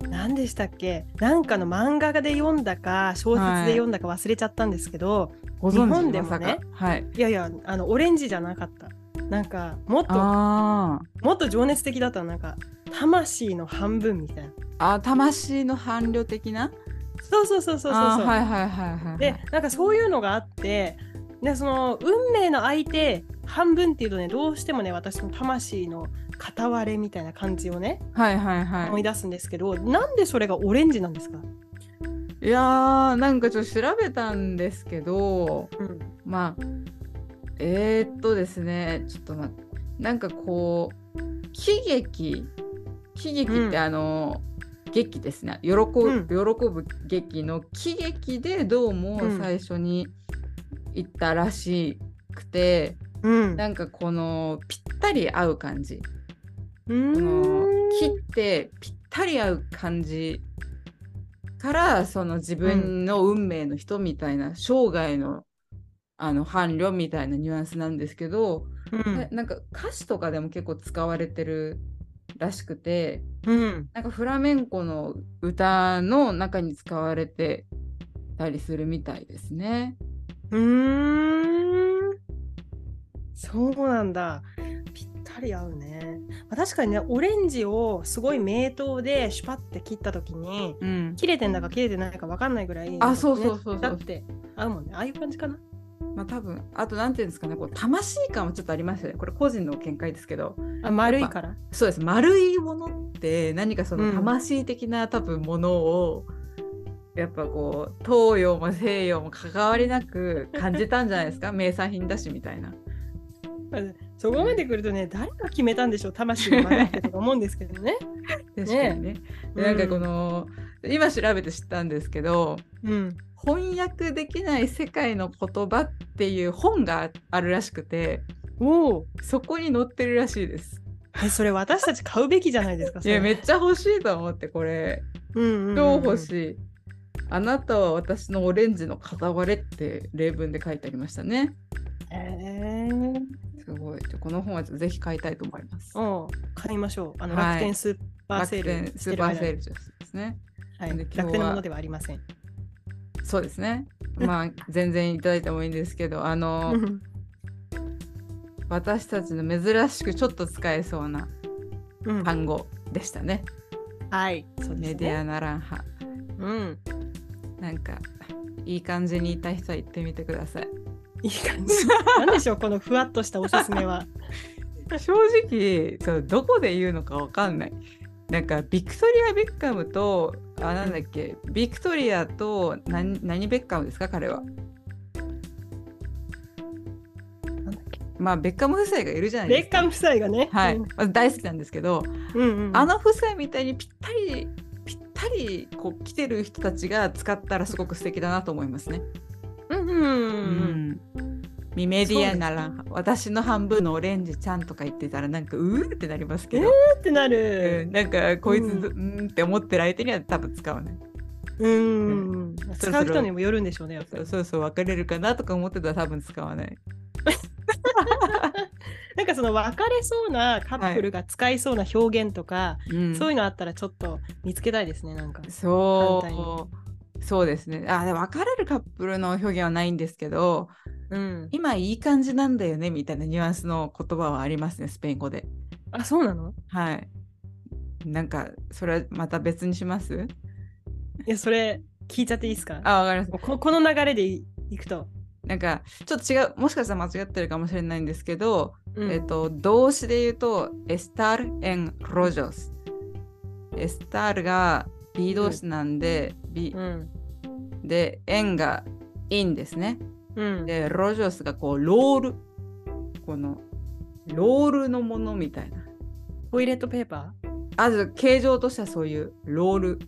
Speaker 1: 何でしたっけなんかの漫画で読んだか小説で読んだか忘れちゃったんですけど、
Speaker 2: ご
Speaker 1: 日
Speaker 2: 存
Speaker 1: 本
Speaker 2: 知
Speaker 1: で
Speaker 2: ま
Speaker 1: も
Speaker 2: さ
Speaker 1: ね
Speaker 2: か。はい。
Speaker 1: い、やいやあのオレンジじゃなかったなんかもっと
Speaker 2: あー
Speaker 1: もっと情熱的だったなんか魂の半分みたいな
Speaker 2: あー魂の伴侶的な
Speaker 1: そうそうそうそうそう
Speaker 2: あ
Speaker 1: そう、
Speaker 2: ーはいはいはいはいはい
Speaker 1: でなんかそういうのがあってでその運命の相手半分っていうとねどうしてもね私の魂の片割れみたいな感じをね
Speaker 2: はいはいは
Speaker 1: 思
Speaker 2: い
Speaker 1: い出すんですけど、なんでそれがオレンジなんですか、
Speaker 2: いやーなんかちょっと調べたんですけど
Speaker 1: うん、
Speaker 2: まあえー、っとですねちょっと待ってなんかこう喜劇喜劇っ
Speaker 1: うん
Speaker 2: てあの、劇ですね喜ぶ,、
Speaker 1: うん
Speaker 2: 喜ぶ劇の喜劇でどうも
Speaker 1: うん
Speaker 2: 最初に行ったらしくて、
Speaker 1: うん
Speaker 2: なんかこのぴったり合う感じ
Speaker 1: う
Speaker 2: この
Speaker 1: ーん
Speaker 2: 切ってぴったり合う感じからその自分の運命の人みたいな、生涯のあの伴侶みたいなニュアンスなんですけど、
Speaker 1: うん
Speaker 2: えなんか歌詞とかでも結構使われてるらしくて
Speaker 1: うん
Speaker 2: なんかフラメンコの歌の中に使われてたりするみたいですね。
Speaker 1: うーんそうなんだ。ぴったり合うね。まあ確かにね、オレンジをすごい名刀でシュパって切ったときに、
Speaker 2: うん、
Speaker 1: 切れてんだか切れてないか分かんないぐらい、
Speaker 2: あそうそうそうそう
Speaker 1: だって合うもんね。ああいう感じかな。
Speaker 2: まあ多分あと何ていうんですかねこう魂感はちょっとありますよねこれ個人の見解ですけど
Speaker 1: あ丸いから。
Speaker 2: そうです丸いものって何かそ
Speaker 1: うん
Speaker 2: の魂的な多分ものを、やっぱこう東洋も西洋も関わりなく感じたんじゃな いですか名産品だしみたいな。
Speaker 1: そこまで来るとね、誰が決めたんでしょう、魂の丸いってとか思うんですけ どね。
Speaker 2: 確かにね。でなんかこの、今調べて知ったんですけど
Speaker 1: うん。
Speaker 2: 翻訳できない世界の言葉っていう本があるらしくて
Speaker 1: おお。
Speaker 2: そこに載ってるらしいです。
Speaker 1: え、それ私たち買うべきじゃないですか。
Speaker 2: いやめ
Speaker 1: っ
Speaker 2: っちゃ欲しいと思ってこれ超欲しい。あなたは私のオレンジの片割れって例文で書いてありましたね。
Speaker 1: い。へえ。
Speaker 2: すごい。じゃあこの本はぜひ買いたいと思います。
Speaker 1: うん、買いましょう。あの、
Speaker 2: はい
Speaker 1: 楽天スーパーセール。
Speaker 2: 楽天スーパーセールですね。
Speaker 1: はい、
Speaker 2: で今日は
Speaker 1: 楽天のものではありません。
Speaker 2: そうです ね。まあ全然いただいてもいいんですけど、あの
Speaker 1: うん
Speaker 2: 私たちの珍しくちょっと使えそうな
Speaker 1: うん
Speaker 2: 単語でしたね。
Speaker 1: はい、そうですね。
Speaker 2: メディアナランハ。
Speaker 1: うん、
Speaker 2: なんかいい感じにいた人は行ってみてください。
Speaker 1: いい感 じ。なんでしょう、このふわっとしたおすすめは。
Speaker 2: 正直そうどこで言うのかわかんないなんかビクトリア・ベッカムとあなんだっけビクトリアと何何ベッカムですか彼は
Speaker 1: だっ
Speaker 2: まあベッカム夫妻がいるじゃない
Speaker 1: ベ
Speaker 2: です
Speaker 1: ッ
Speaker 2: か
Speaker 1: カム夫妻がね。
Speaker 2: はい、
Speaker 1: うん
Speaker 2: まあ大好きなんですけど、
Speaker 1: うん、うん。
Speaker 2: あの夫妻みたいにぴったりぴったりこう来てる人たちが使ったらすごく素敵だなと思いますね。
Speaker 1: うん、うん、
Speaker 2: う
Speaker 1: うん。
Speaker 2: ん、ミメディアなら私の半分のオレンジちゃんとか言ってたらなんかうーってなりますけど。
Speaker 1: ってな
Speaker 2: う
Speaker 1: る。
Speaker 2: ん、なんかこいつ、
Speaker 1: うん
Speaker 2: うん、って思ってる相手には多分使わない
Speaker 1: うん。
Speaker 2: そろ
Speaker 1: 使う人にもよるんでしょうね、やっぱ
Speaker 2: そう
Speaker 1: り。
Speaker 2: そうそう別れるかなとか思ってたら多分使わない
Speaker 1: なんかその別れそうなカップルが使いそうな表現とか、
Speaker 2: うん
Speaker 1: そういうのあったらちょっと見つけたいですね、なんか。
Speaker 2: そ
Speaker 1: 反対
Speaker 2: うそうですねあで別れるカップルの表現はないんですけど
Speaker 1: うん。
Speaker 2: 今いい感じなんだよねみたいなニュアンスの言葉はありますねスペイン語で
Speaker 1: あ、そうなの
Speaker 2: はいなんかそれはまた別にします
Speaker 1: いや、それ聞いちゃっていいですか
Speaker 2: あわかります
Speaker 1: もうここの流れでいいくと。
Speaker 2: なんかちょっと違うもしかしたら間違ってるかもしれないんですけど
Speaker 1: うん
Speaker 2: えっと、動詞で言うと、estar en rollos。estar が B 動詞なんで、B
Speaker 1: うん。
Speaker 2: で、en が in ですね。
Speaker 1: うん。
Speaker 2: で、rollos がこう、ロール。この、ロールのものみたいな。
Speaker 1: トイレットペーパ
Speaker 2: あと、形状としてはそういう、ロール、
Speaker 1: ー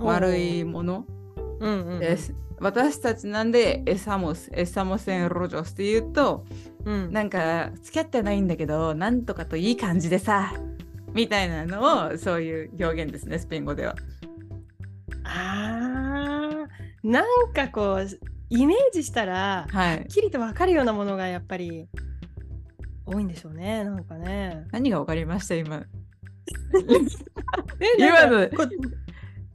Speaker 2: 丸い。もの
Speaker 1: うんうんうん。
Speaker 2: です。私たちなんで、estamos, estamos en rollos って言うと、
Speaker 1: うん。
Speaker 2: なんか付き合ってはないんだけどなんとかといい感じでさみたいなのをそういう表現ですねスペイン語では。
Speaker 1: あーなんかこう、イメージしたら、は
Speaker 2: はい
Speaker 1: っ、きりとわかるようなものがやっぱり多いんでしょうね、なんかね。
Speaker 2: 何が分かりました今。
Speaker 1: え
Speaker 2: 今
Speaker 1: な
Speaker 2: の
Speaker 1: んかこう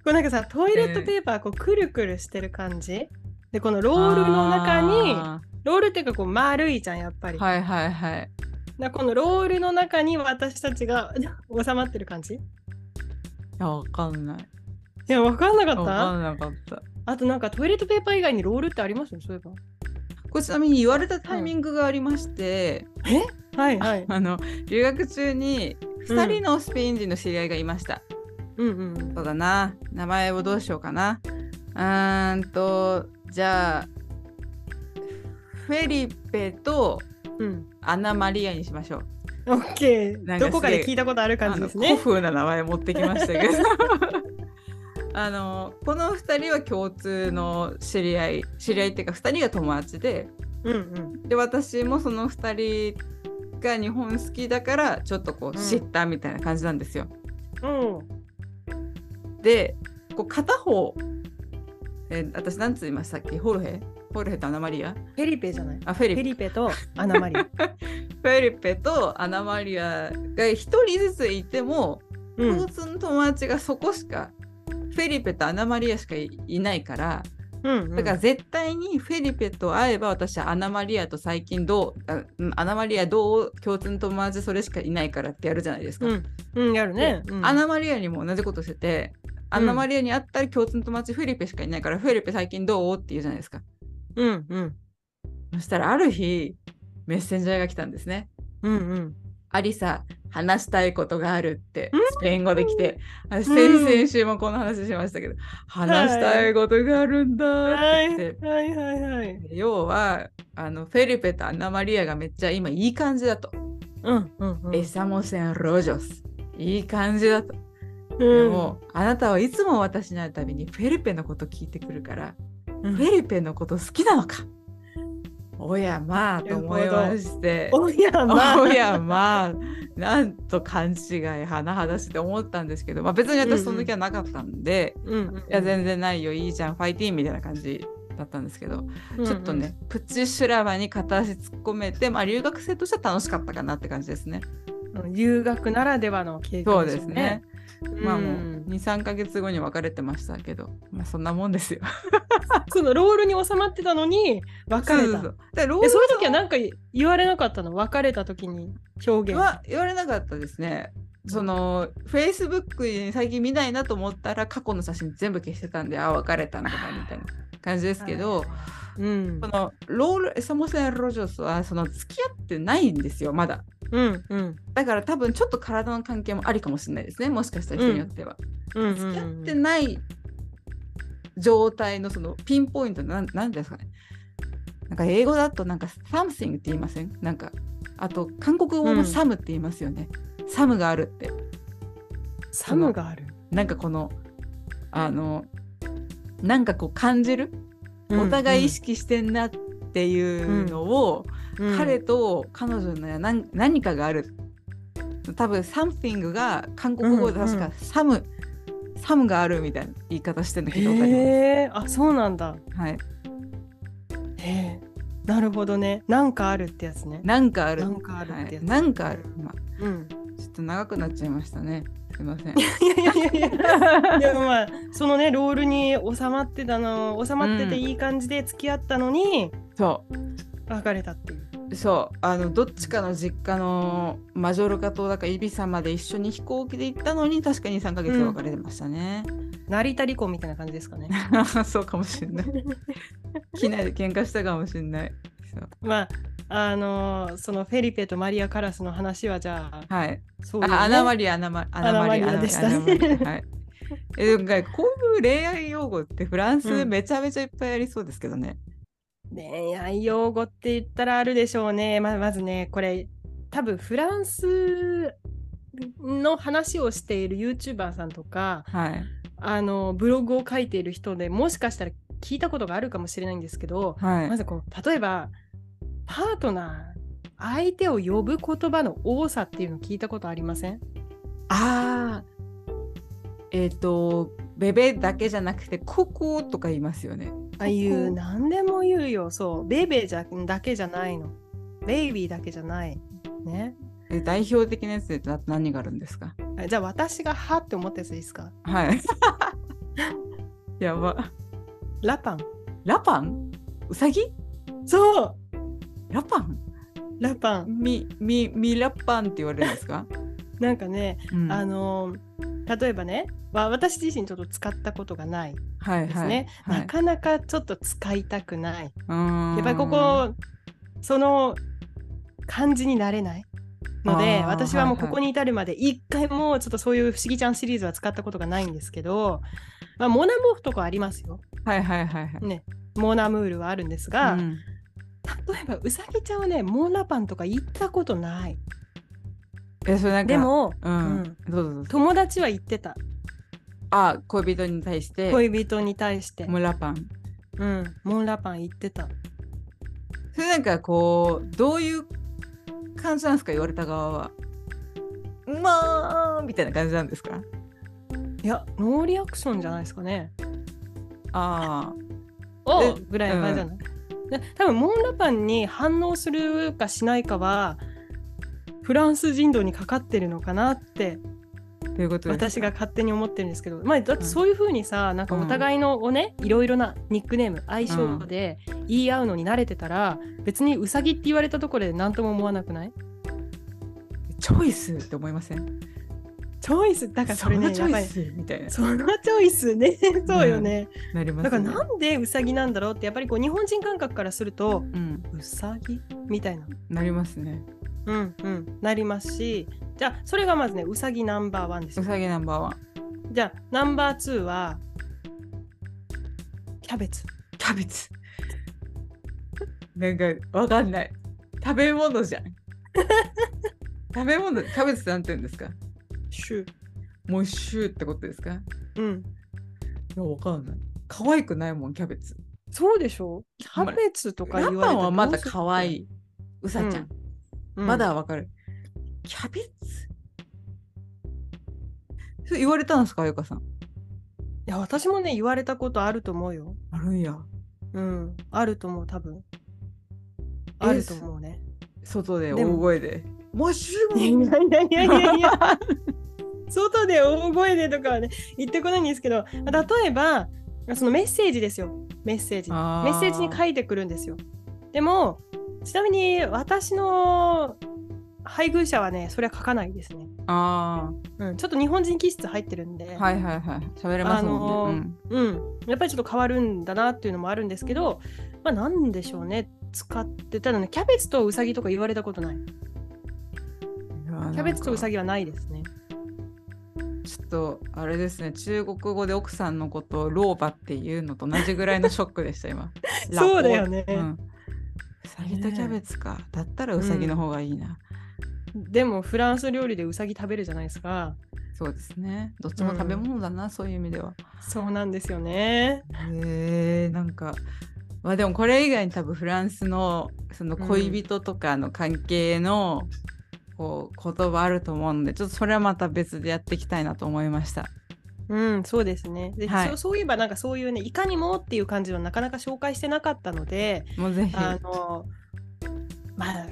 Speaker 1: こうなんかさ、トイレットペーパーこうくるくるしてる感じで、このロールの中に、
Speaker 2: あ
Speaker 1: ロールっていうかこう丸いじゃん、やっぱり。
Speaker 2: ーはいはいはい。
Speaker 1: だからこのロールの中に私たちが 収まってる感じい
Speaker 2: いや分かんない。
Speaker 1: や、わかんなか
Speaker 2: 分
Speaker 1: っ
Speaker 2: か
Speaker 1: た
Speaker 2: んなかった。
Speaker 1: あとなんかトイレットペーパー以外にロールってありますよ、そういえば。
Speaker 2: これちなみに言われたタイミングがありまして、
Speaker 1: はいはい。
Speaker 2: あの留学中に2人のスペイン人の知り合いがいました。
Speaker 1: うんうん
Speaker 2: そうだな名前をどうしようかなうーんとじゃあフェリペと
Speaker 1: うん。
Speaker 2: アナマリアにしましょう
Speaker 1: オッケー。
Speaker 2: なんか
Speaker 1: どこかで聞いたことある感じです
Speaker 2: あの
Speaker 1: ね
Speaker 2: 古。風な名前持ってきましたけどあのこの2人は共通の知り合い知り合いっていうか2人が友達で
Speaker 1: うんうん。
Speaker 2: で私もその2人が日本好きだからちょっとこ
Speaker 1: ん
Speaker 2: う知ったみたいな感じなんですよ。
Speaker 1: おう
Speaker 2: でこう片方、えー私なんついましたっけホルヘホルヘとアナマリア
Speaker 1: フェリペじゃない。フ
Speaker 2: あフェリ
Speaker 1: ェ
Speaker 2: ペ
Speaker 1: リペとアナマ リア。
Speaker 2: フェリペとアナマリアが一人ずついても、
Speaker 1: う
Speaker 2: 共
Speaker 1: ん
Speaker 2: 通の友達がそこしかフェリペとアナマリアしかいいないから
Speaker 1: うん。
Speaker 2: だから絶対にフェリペと会えば私はアナマリアと最近どうあうんアナマリアどう共通の友達それしかいないからってやるじゃないですか。
Speaker 1: うんうんやるね。
Speaker 2: で
Speaker 1: うん
Speaker 2: アナマリアにも同じことしてて、アナマリアに会ったら共通の友達フェリペしかいないから、フェリペ最近どうって言うじゃないですか。
Speaker 1: うんうん
Speaker 2: そしたらある日、メッセンジャーが来たんですね。
Speaker 1: うんうん。
Speaker 2: アリサ、話したいことがあるって
Speaker 1: うん、
Speaker 2: スペイン語で来て、私
Speaker 1: うん
Speaker 2: 先々週もこの話しましたけど、話したいことがあるんだ
Speaker 1: は
Speaker 2: って
Speaker 1: い
Speaker 2: 言って、
Speaker 1: はいはいはい。
Speaker 2: で要は、あのフェリペとアナマリアがめっちゃ今いい感じだと。
Speaker 1: うんうんうん。
Speaker 2: エサモセンロジョス。いい感じだと。
Speaker 1: う
Speaker 2: で
Speaker 1: ん
Speaker 2: も、あなたはいつも私に会うたびにフェリペのこと聞いてくるから、
Speaker 1: うん
Speaker 2: フェリペのこと好きなのかおやまあと思いまして。
Speaker 1: おやま。
Speaker 2: おやまあなんと勘違い甚だしいと思ったんですけど、まあ、別に私その時はなかったんで、
Speaker 1: うんうん。
Speaker 2: いや全然ないよいいじゃんファイティーンみたいな感じだったんですけど、
Speaker 1: うんうん
Speaker 2: ちょっと。ねプチ修羅場に片足突っ込めて、まあ、留学生としては楽しかったかなって感じですね。
Speaker 1: 留学ならではの経験
Speaker 2: そう
Speaker 1: し
Speaker 2: で
Speaker 1: ょ
Speaker 2: すね。まあもうん23ヶ月後に別れてましたけど、まあ、そんなもんですよ。
Speaker 1: そのロールに収まってたのに別
Speaker 2: そう
Speaker 1: れ
Speaker 2: そ
Speaker 1: た
Speaker 2: うそうでロー
Speaker 1: え
Speaker 2: ル
Speaker 1: そういう時はなんか言われなかったの別れた時に表現
Speaker 2: は言われなかったですね。そのフェイスブックに最近見ないなと思ったら過去の写真全部消してたんであ別れたんだなみたいな感じですけど、
Speaker 1: うん
Speaker 2: このロール・エサモセン・ロジョスはその付き合ってないんですよまだ
Speaker 1: うんうん
Speaker 2: だから多分ちょっと体の関係もありかもしれないですねもしかしたら人によっては、
Speaker 1: うん
Speaker 2: 付き合って
Speaker 1: うん
Speaker 2: ない状態のそのピンポイントなんなんですかねなんか英語だとなんか something って言いませんなんかあと韓国語
Speaker 1: うん
Speaker 2: もサムって言いますよね、サムがあるって
Speaker 1: サムがある
Speaker 2: なんかこのあのなんかこう感じるお互い意識してんなっていうのを、
Speaker 1: うん
Speaker 2: 彼と彼女の何何かがある多分「something」が韓国語で確
Speaker 1: うん
Speaker 2: か「サム」サムがあるみたいな言い方してるの聞いたことあります。
Speaker 1: へえあそうなんだ
Speaker 2: はい、
Speaker 1: へえなるほどねなんかあるってやつね
Speaker 2: なんかある。
Speaker 1: なんかあるってやつ
Speaker 2: はい、なんかある。ま
Speaker 1: うん
Speaker 2: あ、ちょっと長くなっちゃいましたね。すいませ ん。
Speaker 1: いやいやいやいやでもまあそのねロールに収まってたの収まってていい感じで付き合ったのに
Speaker 2: そ
Speaker 1: 別れたっていう
Speaker 2: う、そう、あの、どっちかの実家のマジョルカ島だかイビサまで一緒に飛行機で行ったのに、確かに3ヶ月で別れてましたね。
Speaker 1: 成田離婚みたいな感じですかね
Speaker 2: そうかもしれない。機内で喧嘩したかもしれない。そう
Speaker 1: まああのーそのフェリペとマリア・カラスの話はじゃあ
Speaker 2: はい。
Speaker 1: そう
Speaker 2: あ、アナマ
Speaker 1: リ
Speaker 2: リア、アナマリア、
Speaker 1: アナマリアでしたね
Speaker 2: アナマリアはい。え、なんかこういう恋愛用語ってフランス
Speaker 1: うん
Speaker 2: めちゃめちゃいっぱいありそうですけどね。
Speaker 1: 恋愛用語って言ったらあるでしょうねままずねこれ多分フランスの話をしている YouTuber さんとか
Speaker 2: はい。
Speaker 1: あのブログを書いている人でもしかしたら聞いたことがあるかもしれないんですけど
Speaker 2: はい。
Speaker 1: まずこう例えばパートナー相手を呼ぶ言葉の多さっていうの聞いたことありません
Speaker 2: ああ。えっ、と、ベベだけじゃなくて、ココとか言いますよね。
Speaker 1: ああい
Speaker 2: こ
Speaker 1: う
Speaker 2: こ
Speaker 1: 何でも言うよそうベベじゃだけじゃないのベイビーだけじゃないね
Speaker 2: え代表的なやつで言うと何があるんですか
Speaker 1: あじゃあ私が「は」って思ったやつでいいですか
Speaker 2: はい。 やば。
Speaker 1: ラパン
Speaker 2: ラパンウサギ
Speaker 1: そう
Speaker 2: ラパン
Speaker 1: ラパン
Speaker 2: ミ、ミ、ミラパンって言われるんですか、
Speaker 1: なんかね、
Speaker 2: うん
Speaker 1: あのー例えばねは私自身ちょっと使ったことがない
Speaker 2: はい
Speaker 1: ですね、なかなかちょっと使いたくない、
Speaker 2: や
Speaker 1: やっぱりここその感じになれないので
Speaker 2: あー
Speaker 1: 私はもう
Speaker 2: はいは
Speaker 1: こ
Speaker 2: い
Speaker 1: こに至るまで一回もちょっとそういう「不思議ちゃん」シリーズは使ったことがないんですけど、まあ、モナモフとかありますよ
Speaker 2: はいはいはいはい。
Speaker 1: ねモナムールはあるんですが、
Speaker 2: うん
Speaker 1: 例えばうさぎちゃんはねモナパンとか行ったことない
Speaker 2: えそれなんか
Speaker 1: でも
Speaker 2: うん、
Speaker 1: うん
Speaker 2: どうぞどうぞ。
Speaker 1: 友達は行ってた
Speaker 2: あ恋人に対して
Speaker 1: 恋人に対して、
Speaker 2: 村パン。
Speaker 1: うん、モンラパン行ってた
Speaker 2: それなんかこうどういう感じなんですか言われた側は。まあみたいな感じなんですか。
Speaker 1: いやノーリアクションじゃないですかね
Speaker 2: あ
Speaker 1: おぐらいの感じじゃない、で多分モンラパンに反応するかしないかはフランス人道にかかってるのかなって
Speaker 2: あということですか
Speaker 1: 私が勝手に思ってるんですけど、まあ、だってそういうふうにさなんかお互いのをねいろいろなニックネーム相性で言い合うのに慣れてたら別にウサギって言われたところで何とも思わなくない
Speaker 2: チョイスって思いません。
Speaker 1: チョイスだからそれね
Speaker 2: チ
Speaker 1: やば
Speaker 2: ョイ
Speaker 1: い
Speaker 2: スみたいな
Speaker 1: そのチョイスねそうよね、
Speaker 2: なります、
Speaker 1: だ
Speaker 2: ね。
Speaker 1: からなんでウサギなんだろうってやっぱりこう日本人感覚からすると
Speaker 2: うん
Speaker 1: ウサギみたいな、
Speaker 2: なりますね。
Speaker 1: うんうん、なりますしじゃあそれがまずねウサギナンバーワンです
Speaker 2: う
Speaker 1: よ
Speaker 2: さぎナンバーワン。
Speaker 1: じゃあナンバーツーはキャベツ
Speaker 2: キャベツ。なんかわかんない。食べ物じゃん。食べ物、キャベツってなんて言うんですか。
Speaker 1: シュ
Speaker 2: もうシューってことですか。い
Speaker 1: うん
Speaker 2: や、わかんない。可愛くないもん、キャベツ。
Speaker 1: そうでしょキャベツとか
Speaker 2: ラ
Speaker 1: 言われ
Speaker 2: パンはまだ
Speaker 1: どうする
Speaker 2: 可愛い。うさちゃん、
Speaker 1: うん
Speaker 2: まだわかる。キャベツ。それ言われたんですか、あゆかさん。
Speaker 1: いや私もね言われたことあると思うよ
Speaker 2: あるんや。
Speaker 1: うんあると思う多分
Speaker 2: え
Speaker 1: あると思うね
Speaker 2: 外で
Speaker 1: でも
Speaker 2: 大声で。もうシュー
Speaker 1: いやいやいやいやいや外で大声でとかはね言ってこないんですけど例えばそのメッセージですよメッセージメ
Speaker 2: あー
Speaker 1: ッセージに書いてくるんですよでもちなみに私の配偶者はねそれは書かないですね、
Speaker 2: あ
Speaker 1: うん、ちょっと日本人気質入ってるんで、
Speaker 2: あ、はいはいはい。喋れますもんね。
Speaker 1: あのーうん、やっぱりちょっと変わるんだなっていうのもあるんですけどまあなんでしょうね使ってただねキャベツとウサギとか言われたことない
Speaker 2: うん、
Speaker 1: キャベツとウサ
Speaker 2: ギ
Speaker 1: ギはないですね
Speaker 2: ちょっとあれですね中国語で奥さんのことを老婆っていうのと同じぐらいのショックでした 今ラポ
Speaker 1: そうだよね
Speaker 2: うん、うさぎとキャベツか、だったらうさぎの方がいいな、
Speaker 1: でもフランス料理でウサギ食べるじゃないですか。
Speaker 2: そうですねどっちも食べ物だな、そういう意味では
Speaker 1: そうなんですよね。
Speaker 2: へえなんかまあでもこれ以外に多分フランスのその恋人とかの関係の、こう言葉あると思うのでちょっとそれはまた別でやっていきたいなと思いました
Speaker 1: うん、そうですね。で、
Speaker 2: はい
Speaker 1: そうそういえばなんかそういうね、いかにもっていう感じのなかなか紹介してなかったので、
Speaker 2: もうぜひ
Speaker 1: あの、まあ、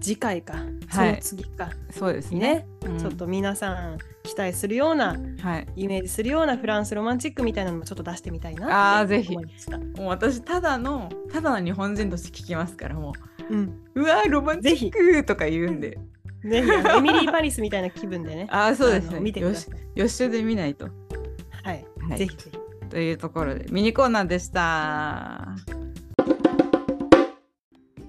Speaker 1: 次回か、そ
Speaker 2: はい
Speaker 1: の次か、
Speaker 2: そうです
Speaker 1: に
Speaker 2: ね
Speaker 1: ね、
Speaker 2: うん
Speaker 1: ちょっと皆さん期待するような、
Speaker 2: はい
Speaker 1: イメージするようなフランスロマンチックみたいなのもちょっと出してみたい
Speaker 2: あ
Speaker 1: な
Speaker 2: ー
Speaker 1: って
Speaker 2: ぜひ
Speaker 1: 思いました。
Speaker 2: もう私ただのただの日本人として聞きますからも
Speaker 1: うん、
Speaker 2: う「うわーロマンチック!」とか言うんで、
Speaker 1: ぜひ、あのエミリー・パリスみたいな気分でね
Speaker 2: ああそうです
Speaker 1: あ
Speaker 2: ね
Speaker 1: の見てください。
Speaker 2: よし予習で見ないと、
Speaker 1: はい、
Speaker 2: はい、
Speaker 1: ぜひぜひ。
Speaker 2: というところでミニコーナーでした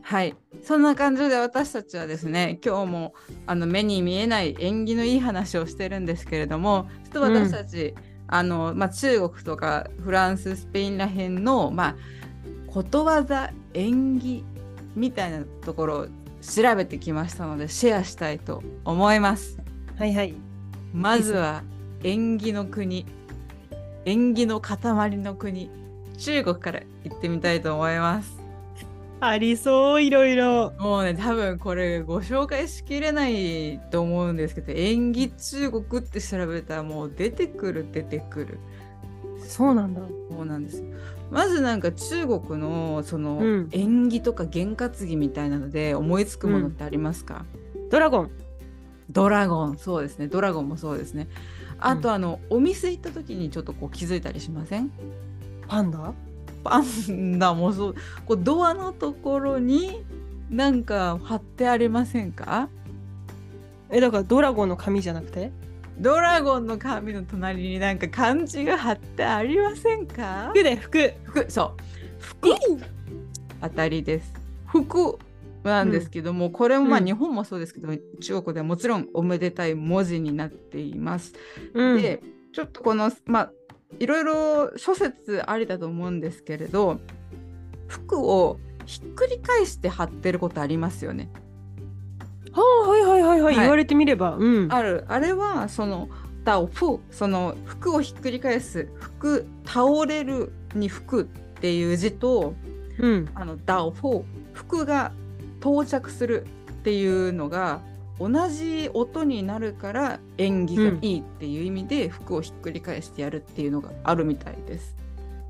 Speaker 2: はいそんな感じで私たちはですね今日もあの目に見えない縁起のいい話をしてるんですけれどもちょっと私たち、あのまあ、中国とかフランススペインらへんの、まあ、ことわざ縁起みたいなところを調べてきましたのでシェアしたいと思います。
Speaker 1: はいはい。
Speaker 2: まずは縁起の国縁起の塊の国中国から行ってみたいと思います
Speaker 1: ありそう、いろいろ。
Speaker 2: もうね多分これご紹介しきれないと思うんですけど縁起中国って調べたらもう出てくる出てくる
Speaker 1: そうなんだ。
Speaker 2: そうなんですまずなんか中国のその
Speaker 1: うん
Speaker 2: 縁起とか験担ぎみたいなので思いつくものってありますか、
Speaker 1: ドラゴン。
Speaker 2: ドラゴンそうですねドラゴンもそうですねあとあの、お店行った時にちょっとこう気づいたりしません
Speaker 1: パンダ
Speaker 2: パンダもそうこうドアのところになんか貼ってありませんか
Speaker 1: えだからドラゴンの髪じゃなくて
Speaker 2: ドラゴンの髪の隣になんか漢字が貼ってありませんか
Speaker 1: 服で服。
Speaker 2: 服そう服当たりです服なんですけども、これもまあ
Speaker 1: うん
Speaker 2: 日本もそうですけど、中国ではもちろんおめでたい文字になっています。
Speaker 1: うん、
Speaker 2: でちょっとこのまあいろいろ諸説ありだと思うんですけれど服をひっくり返して貼ってることありますよね。
Speaker 1: はあはいはいはいはい、
Speaker 2: はい
Speaker 1: 言われてみれば。うん。
Speaker 2: あるあれはその「倒服」その服をひっくり返す「服」「倒れる」に「服」っていう字と
Speaker 1: うん。
Speaker 2: あの「ダオフォー」服が到着するっていうのが同じ音になるから縁起がいいっていう意味で服をひっくり返してやるっていうのがあるみたいです。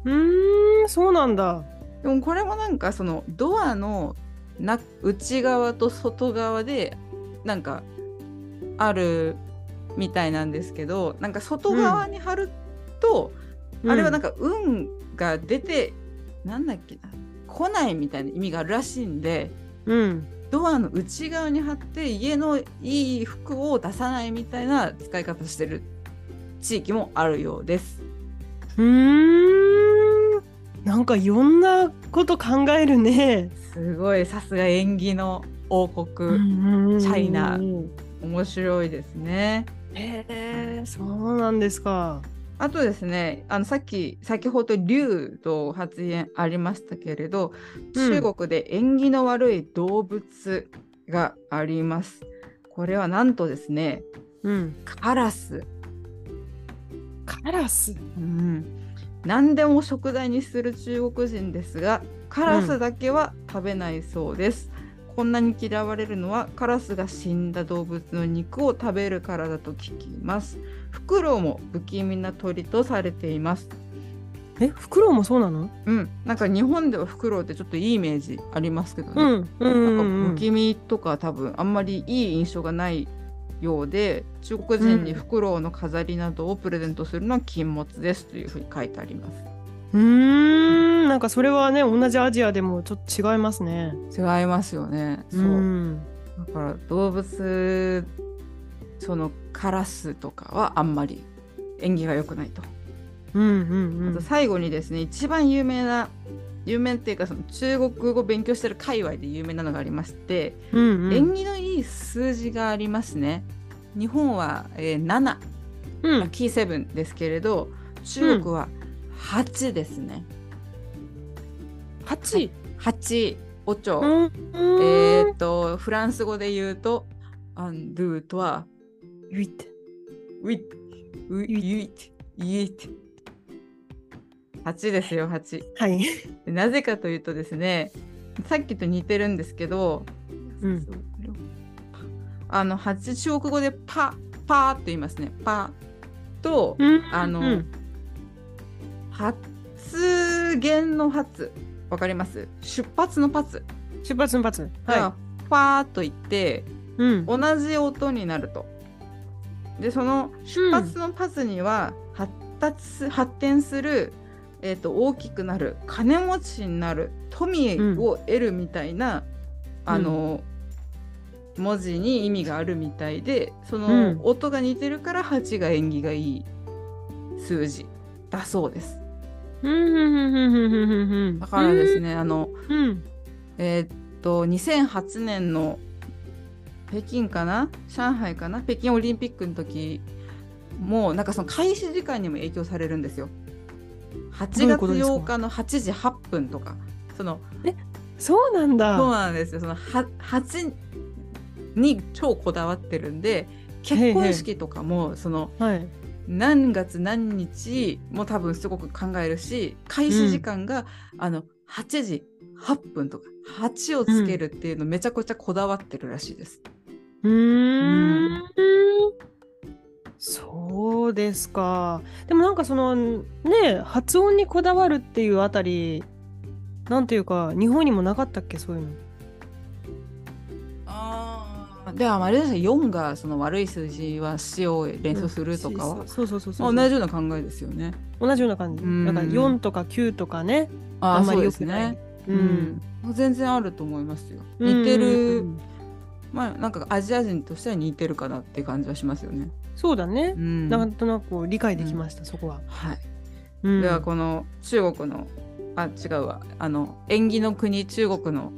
Speaker 1: うーん、そうなんだ。
Speaker 2: でもこれもなんかそのドアのな内側と外側でなんかあるみたいなんですけどなんか外側に貼ると、あれはなん
Speaker 1: か、
Speaker 2: か運が出てなんだっけな来ないみたいな意味があるらしいんで。
Speaker 1: うん。
Speaker 2: ドアの内側に貼って家のいい服を出さないみたいな使い方してる地域もあるようです。
Speaker 1: うーん。なんかいろんなこと考えるね。
Speaker 2: すごいさすが縁起の王国、チ
Speaker 1: チ
Speaker 2: ャイナ面白いですね。
Speaker 1: へえ、そうなんですか。
Speaker 2: あとですねあのさっき先ほど竜と発言ありましたけれど
Speaker 1: うん
Speaker 2: 中国で縁起の悪い動物があります。これはなんとですね
Speaker 1: うん。
Speaker 2: カラス。
Speaker 1: カラス。
Speaker 2: うん、何でも食材にする中国人ですがカラスだけは食べないそうです、こんなに嫌われるのはカラスが死んだ動物の肉を食べるからだと聞きますフクロウも不気味な鳥とされています
Speaker 1: え、フクロウもそうなの？
Speaker 2: うん、なんか日本ではフクロウってちょっといいイメージありますけどね、
Speaker 1: うん。うん。
Speaker 2: なんか
Speaker 1: うん
Speaker 2: 不気味とか多分あんまりいい印象がないようで中国人にフクロウの飾りなどをプレゼントするのは禁物ですというふうに書いてあります。
Speaker 1: うーん。なんかそれはね、同じアジアでもちょっと違いますね。
Speaker 2: 違いますよね。そう、
Speaker 1: ん。
Speaker 2: だから動物そのカラスとかはあんまり縁起が良くないと。
Speaker 1: うんうんう
Speaker 2: あ
Speaker 1: ん
Speaker 2: と。最後にですね一番有名な有名っていうかその中国語を勉強してる界隈で有名なのがありまして、
Speaker 1: うんうん
Speaker 2: 縁起のいい数字がありますね。日本は、えー、7
Speaker 1: う
Speaker 2: ラッ
Speaker 1: ん。
Speaker 2: キーセブンですけれど中国は8ですね。
Speaker 1: 八。
Speaker 2: 8おちょ。
Speaker 1: うん。
Speaker 2: え
Speaker 1: え
Speaker 2: ーっとフランス語で言うとアンドゥとは
Speaker 1: ー。
Speaker 2: ウィッウィッウィッ8ですよ8
Speaker 1: はい。
Speaker 2: でなぜかというとですねさっきと似てるんですけど、
Speaker 1: うん
Speaker 2: あの8中国語でパパーって言いますねパーとあの
Speaker 1: うん
Speaker 2: 発言の発わかります出発の発
Speaker 1: 出発の発。
Speaker 2: が
Speaker 1: は
Speaker 2: パーと言って、
Speaker 1: い。うん。
Speaker 2: 同じ音になると。でその出発のパスには発達す発展する、えー、と大きくなる金持ちになる富を得るみたいな、あの文字に意味があるみたいでそ
Speaker 1: うん
Speaker 2: の音が似てるから8が縁起がいい数字だそうです。
Speaker 1: うん。
Speaker 2: だからです
Speaker 1: ね。
Speaker 2: ねあの
Speaker 1: うん。
Speaker 2: えーっと2008年の北京かな上海かな北京オリンピックの時もうなんかその開始時間にも影響されるんですよ。8
Speaker 1: どうい
Speaker 2: 月
Speaker 1: うことですか
Speaker 2: 8日の8時8分とかその
Speaker 1: そうなん
Speaker 2: そう
Speaker 1: だ。
Speaker 2: なんですよそのは8に超こだわってるんで結婚式とかもその
Speaker 1: はい。
Speaker 2: 何月何日も多分すごく考えるし開始時間が、あの8時8分とか8をつけるっていうのめちゃくちゃこだわってるらしいです。
Speaker 1: うーん。そうですか。でもなんかそのね発音にこだわるっていうあたりなんていうか日本にもなかったっけそういうの。
Speaker 2: ではあれですね4がその悪い数字は死を連想するとかは、
Speaker 1: そうそうそう
Speaker 2: ま
Speaker 1: そ
Speaker 2: あ
Speaker 1: う。
Speaker 2: 同じような考えですよね。
Speaker 1: 同じような感じ。
Speaker 2: うん
Speaker 1: なんか四とか九とかね。
Speaker 2: あ
Speaker 1: あんまり
Speaker 2: そう
Speaker 1: 良
Speaker 2: です
Speaker 1: くない
Speaker 2: ね。。
Speaker 1: う
Speaker 2: うんん、全然あると思いますよ。似てる、まあなんかアジア人としては似てるかなっていう感じはしますよね。
Speaker 1: そうだね
Speaker 2: う。ん
Speaker 1: なんとなく理解できました、そこは。
Speaker 2: はい、
Speaker 1: うん
Speaker 2: ではこの中国のあ違うわあの縁起の国中国の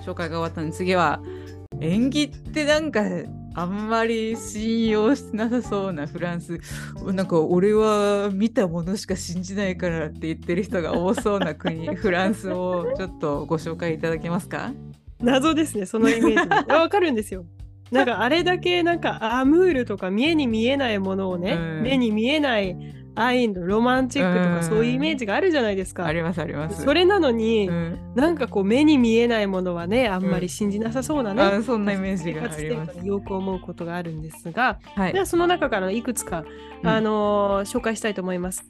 Speaker 2: 紹介が終わったので次は縁起ってなんかあんまり信用してなさそうなフランスなんか俺は見たものしか信じないからって言ってる人が多そうな国フランスをちょっとご紹介いただけますか
Speaker 1: 謎ですねそのイメージ いやわかるんですよなんかあれだけなんかアムールとか目に見えないものをね、
Speaker 2: うん
Speaker 1: 目に見えない愛のロマンチックと
Speaker 2: うん
Speaker 1: かそういうイメージがあるじゃないですか、
Speaker 2: ありますあります。
Speaker 1: それなのに、
Speaker 2: うん、
Speaker 1: なんかこう目に見えないものはねあんまり信じなさそうなね、
Speaker 2: あそんなイメージがあります。
Speaker 1: よく思うことがあるんですが、
Speaker 2: はい
Speaker 1: ではその中からいくつか、
Speaker 2: うん
Speaker 1: あのー紹介したいと思います。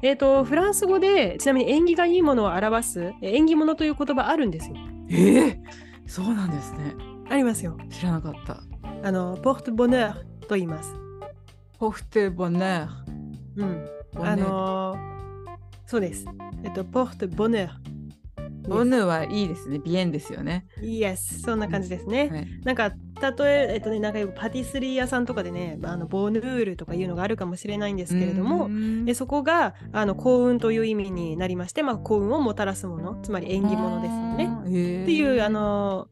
Speaker 1: えっ、とフランス語でちなみに縁起がいいものを表すえ縁起物という言葉あるんですよ。
Speaker 2: えーそうなんですね。
Speaker 1: ありますよ。
Speaker 2: 知らなかった。
Speaker 1: あの、ポートボネーと言います。
Speaker 2: ポフテボネー。
Speaker 1: うん。
Speaker 2: ボ
Speaker 1: あ
Speaker 2: ネー
Speaker 1: のーそうです。えっと、ポートボネ
Speaker 2: ボ
Speaker 1: ー。
Speaker 2: ヌはいいですね。ビエンですよね。
Speaker 1: イエス、そんな感じですね。
Speaker 2: はい。
Speaker 1: なんか、例え、えっとね、なんかよくパティスリー屋さんとかでね、あのボヌールとかいうのがあるかもしれないんですけれど
Speaker 2: う
Speaker 1: も、
Speaker 2: ーん
Speaker 1: でそこがあの幸運という意味になりまして、まあ、幸運をもたらすもの、つまり縁起物ですよね。。
Speaker 2: あーへー
Speaker 1: っていうあの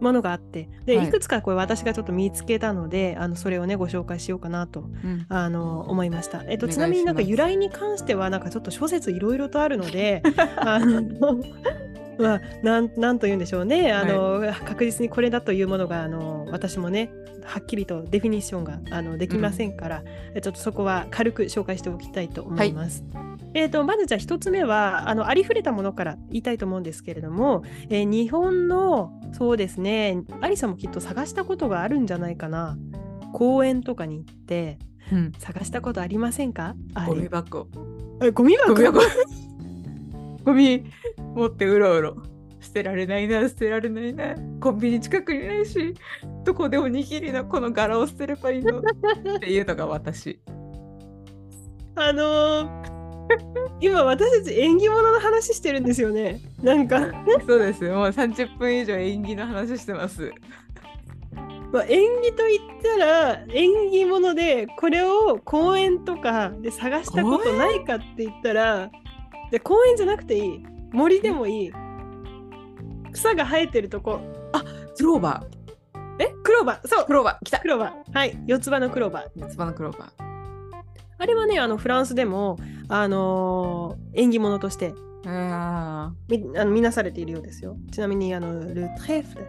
Speaker 1: ものがあってで、
Speaker 2: はい
Speaker 1: い、くつかこれ私がちょっと見つけたのであのそれをねご紹介しようかなと
Speaker 2: うん
Speaker 1: あの思いました。えっ
Speaker 2: お願い
Speaker 1: と、
Speaker 2: し
Speaker 1: ちなみになんか
Speaker 2: ます
Speaker 1: 由来に関してはなんかちょっと諸説いろいろとあるの であの、 まあ、なんなんと言うんでしょうねあの、確実にこれだというものがあの私もねはっきりとデフィニッションがあのできませんから、えちょっとそこは軽く紹介しておきたいと思います。えー、とまずじゃあ一つ目はあのありふれたものから言いたいと思うんですけれども、えー日本のそうですねありさんもきっと探したことがあるんじゃないかな公園とかに行って
Speaker 2: うん
Speaker 1: 探したことありませんかあ
Speaker 2: ゴミ
Speaker 1: れ
Speaker 2: 箱。
Speaker 1: えゴミ箱
Speaker 2: ゴミ箱。 ゴミ持ってうろうろ。捨てられないな、捨てられないな。コンビニ近くにないし、どこでおにぎりのこの柄を捨てればいい のっていうのが私。
Speaker 1: あのー 今私たち縁起物の話してるんですよねなんか、
Speaker 2: そうです。もう30分以上縁起の話してます。
Speaker 1: まあ、縁起と言ったら縁起物でこれを公園とかで探したことないかって言ったらで公園じゃなくていい森でもいい草が生えてるとこ
Speaker 2: クローバー。
Speaker 1: えクローバーそう
Speaker 2: クローバー。来た。
Speaker 1: クローバーはい四つ葉のクローバー
Speaker 2: 三つ葉のクローバ
Speaker 1: あれはねあのフランスでもあのー縁起物として
Speaker 2: ー。あ
Speaker 1: みあの見なされているようですよ。ちなみに、あの、ルトレフル、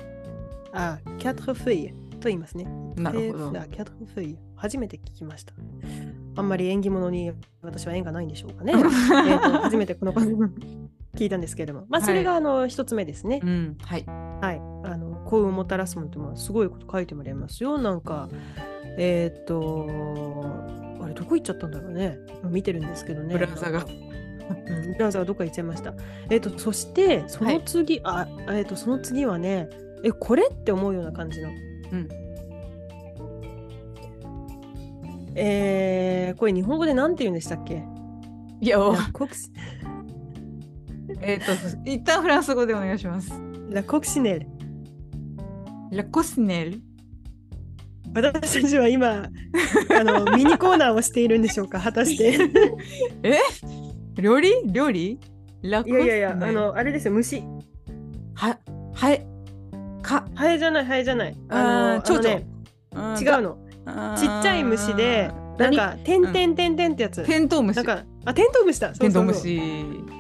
Speaker 1: あ、キャトフイと言いますね。
Speaker 2: あ。なるほ
Speaker 1: ル。
Speaker 2: ど
Speaker 1: トレフルキャトフイ初めて聞きました。あんまり縁起物に私は縁がないんでしょうか ね。えーと初めてこの言葉聞いたんですけれども、まあ、それがあの一つ目ですね
Speaker 2: う。ん。はい。
Speaker 1: はい、あの幸運をもたらすものってまあすごいこと書いてもらいますよ。なんか、えーっと、あれどこ行っちゃったんだろうね。見てるんですけどね。
Speaker 2: ブラウザが
Speaker 1: うん。ブラウザがどっか行っちゃいました。えーっと、そして、その次、あ、えーっと、その次はね、え、これって思うような感じの。
Speaker 2: うん
Speaker 1: えーこれ日本語でなんて言うんでしたっけ
Speaker 2: いや、
Speaker 1: ラコクシ
Speaker 2: えっ、と、一旦フランス語でお願いします。
Speaker 1: ラコクシネル。
Speaker 2: ラコスネル。
Speaker 1: 私たちは 今、あの、ミニコーナーをしているんでしょうか果たして。
Speaker 2: 料理料理ラ コ
Speaker 1: い
Speaker 2: スネ
Speaker 1: や
Speaker 2: ル。
Speaker 1: いやいや、あ、の、あれですよ、虫。
Speaker 2: は、はい。か、
Speaker 1: ハエじゃない、ハエじゃない。
Speaker 2: あ
Speaker 1: あ
Speaker 2: ー
Speaker 1: の、
Speaker 2: 蝶々
Speaker 1: あのね違うの。
Speaker 2: う
Speaker 1: ちっちゃい虫で、なん、か、てんてんてんてんってやつ。
Speaker 2: テントウムシ。
Speaker 1: なんか、あ、テントウムシだ。そ
Speaker 2: テ
Speaker 1: う
Speaker 2: ント
Speaker 1: そう
Speaker 2: ウ
Speaker 1: そう
Speaker 2: ム。シ。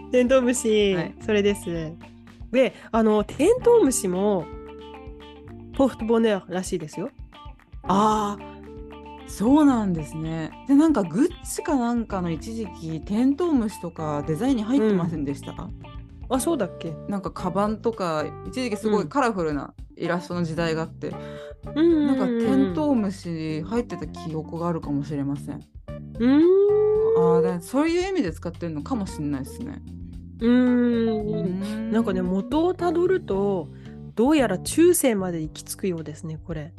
Speaker 1: テントウムシ
Speaker 2: はい、
Speaker 1: それです。で、あの、テントウムシも。ポートボネアらしいですよ。
Speaker 2: ああ。そうなんですね。で、なんかグッチかなんかの一時期、テントウムシとかデザインに入ってませんでした。
Speaker 1: あ、そうだっけ。
Speaker 2: なんかカバンとか、一時期すご
Speaker 1: う
Speaker 2: い
Speaker 1: ん
Speaker 2: カラフルなイラストの時代があって。
Speaker 1: うん
Speaker 2: なんかテント
Speaker 1: ウ。
Speaker 2: ウムシ入ってた記憶があるかもしれません。
Speaker 1: うん。
Speaker 2: ああ、だそういう意味で使ってるのかもしれないですね。
Speaker 1: うん。
Speaker 2: な
Speaker 1: なんかね、元をたどると。どうやら中世まで行き着くようですね、これ。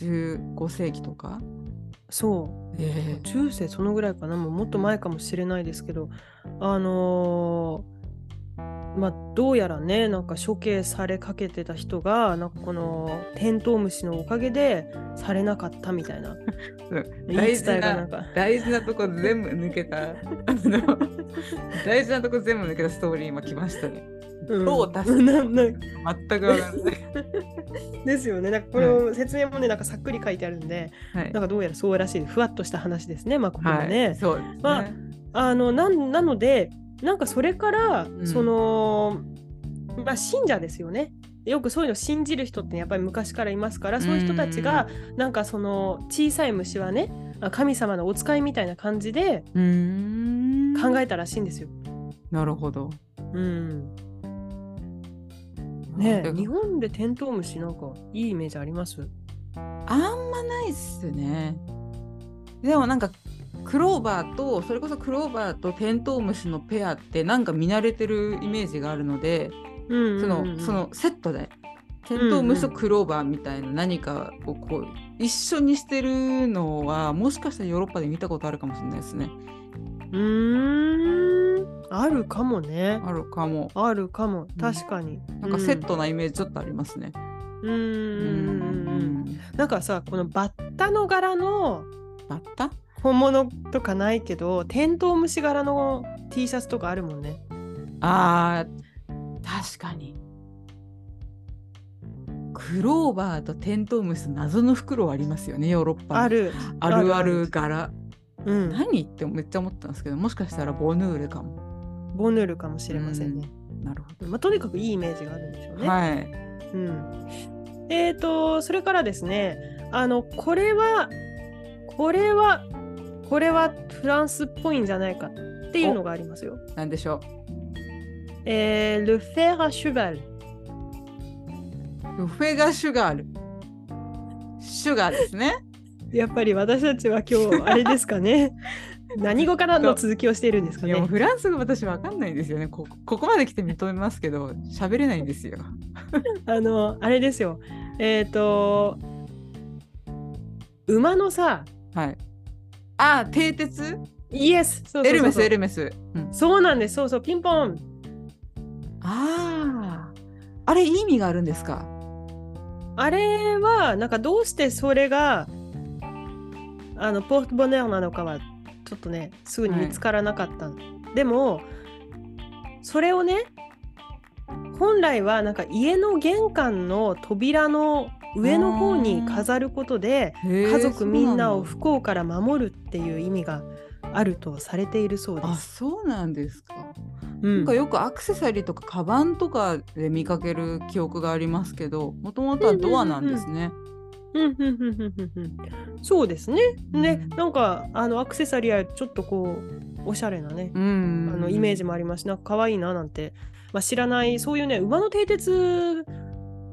Speaker 2: 15世紀とか。
Speaker 1: そう。
Speaker 2: え
Speaker 1: 中世そのぐらいかなもうもっと前かもしれないですけどあのーまあ、どうやらねなんか処刑されかけてた人がなんかこのテントウムシのおかげでされなかったみたいな言い
Speaker 2: 大
Speaker 1: 伝
Speaker 2: 事
Speaker 1: えがな
Speaker 2: なん
Speaker 1: か
Speaker 2: 大事なとこ全部抜けたあの大事なとこ全部抜けたストーリー今来ましたね。
Speaker 1: うん
Speaker 2: どう足 す
Speaker 1: なな
Speaker 2: 全くわから ない。
Speaker 1: ですよねなんかこの説明もねなんかさっくり書いてあるんで
Speaker 2: はい
Speaker 1: なんかどうやらそうらしいふわっとした話ですねまあここもね。
Speaker 2: はい、そうですね。
Speaker 1: まああのなんなのでなんかそれから、
Speaker 2: ん
Speaker 1: そのまあ信者ですよねよくそういうの信じる人ってやっぱり昔からいますからそういう人たちがなんかその小さい虫はねあ神様のお使いみたいな感じで
Speaker 2: うーん
Speaker 1: 考えたらしいんですよ。
Speaker 2: なるほど。
Speaker 1: うん、ね
Speaker 2: な
Speaker 1: え
Speaker 2: んか
Speaker 1: 日本でテントウムシなんかいいイメージあります
Speaker 2: あんまないっすね。でもなんかクローバーとそれこそクローバーとテントウムシのペアってなんか見慣れてるイメージがあるので、
Speaker 1: うんうん
Speaker 2: そ
Speaker 1: うんうん
Speaker 2: のそのセットでテントウムシとクローバーみたいな何かをこう一緒にしてるのはもしかしたらヨーロッパで見たことあるかもしれないですね。
Speaker 1: うーんあるかもね
Speaker 2: あるかも。
Speaker 1: あるかも確かに、
Speaker 2: なんかセットなイメージちょっとありますね。
Speaker 1: うんうんうんうん
Speaker 2: う
Speaker 1: うんなんかさこのバッタの柄の
Speaker 2: バッタ
Speaker 1: 本物とかないけどテントウムシ柄の T シャツとかあるもんね。
Speaker 2: あー確かにクローバーとテントウムシの謎の袋ありますよねヨーロッパ
Speaker 1: ある。
Speaker 2: あ
Speaker 1: あ
Speaker 2: る
Speaker 1: る
Speaker 2: あ
Speaker 1: あ
Speaker 2: る
Speaker 1: る
Speaker 2: 柄
Speaker 1: うん、
Speaker 2: 何ってめっちゃ思ったんですけどもしかしたらボヌーレかも
Speaker 1: ボヌールかもしれませんね。
Speaker 2: なるほ
Speaker 1: まあ、とにかくいいイメージがあるんでしょう
Speaker 2: ど、
Speaker 1: ね。
Speaker 2: はい
Speaker 1: うん、えー、とそれからですねあのこれはこれはこれはフランスっぽいんじゃないかっていうのがありますよ。
Speaker 2: なんでしょ
Speaker 1: えー、ルフェラ・シュバル。
Speaker 2: うルフェガシュガールシュガーですね
Speaker 1: やっぱり私たちは今日あれですか ね何語からの続きをしているんですか
Speaker 2: い
Speaker 1: ね
Speaker 2: やもう。フランス語私わかんないんですよねこここまで来て認めますけど喋れないんですよ
Speaker 1: あのあれですよえっ、と馬のさ
Speaker 2: はいあー蹄鉄
Speaker 1: イエスそうそうそうそう
Speaker 2: エルメスエルメス、うん、
Speaker 1: そうなんですそうそうピンポン
Speaker 2: ああ、あれ意味があるんですか。
Speaker 1: あれはなんかどうしてそれがあのポートボネアなのかはちょっとねすぐに見つからなかった、でもそれをね本来はなんか家の玄関の扉の上の方に飾ることで
Speaker 2: 家
Speaker 1: 家族みんなを不幸から守るっていう意味があるとされているそうで
Speaker 2: あ、
Speaker 1: す。
Speaker 2: そうなんですか。
Speaker 1: う
Speaker 2: なん
Speaker 1: ん
Speaker 2: かよくアクセサリーとかカバンとかで見かける記憶がありますけど、もともとはドアなんですね。
Speaker 1: うんうんうんうんうんうんそうですね。ね、なんかあのアクセサリーはちょっとこうおしゃれなね、
Speaker 2: うん、
Speaker 1: あのイメージもありますし、なんか可愛いななんて、まあ、知らないそういうね馬の蹄鉄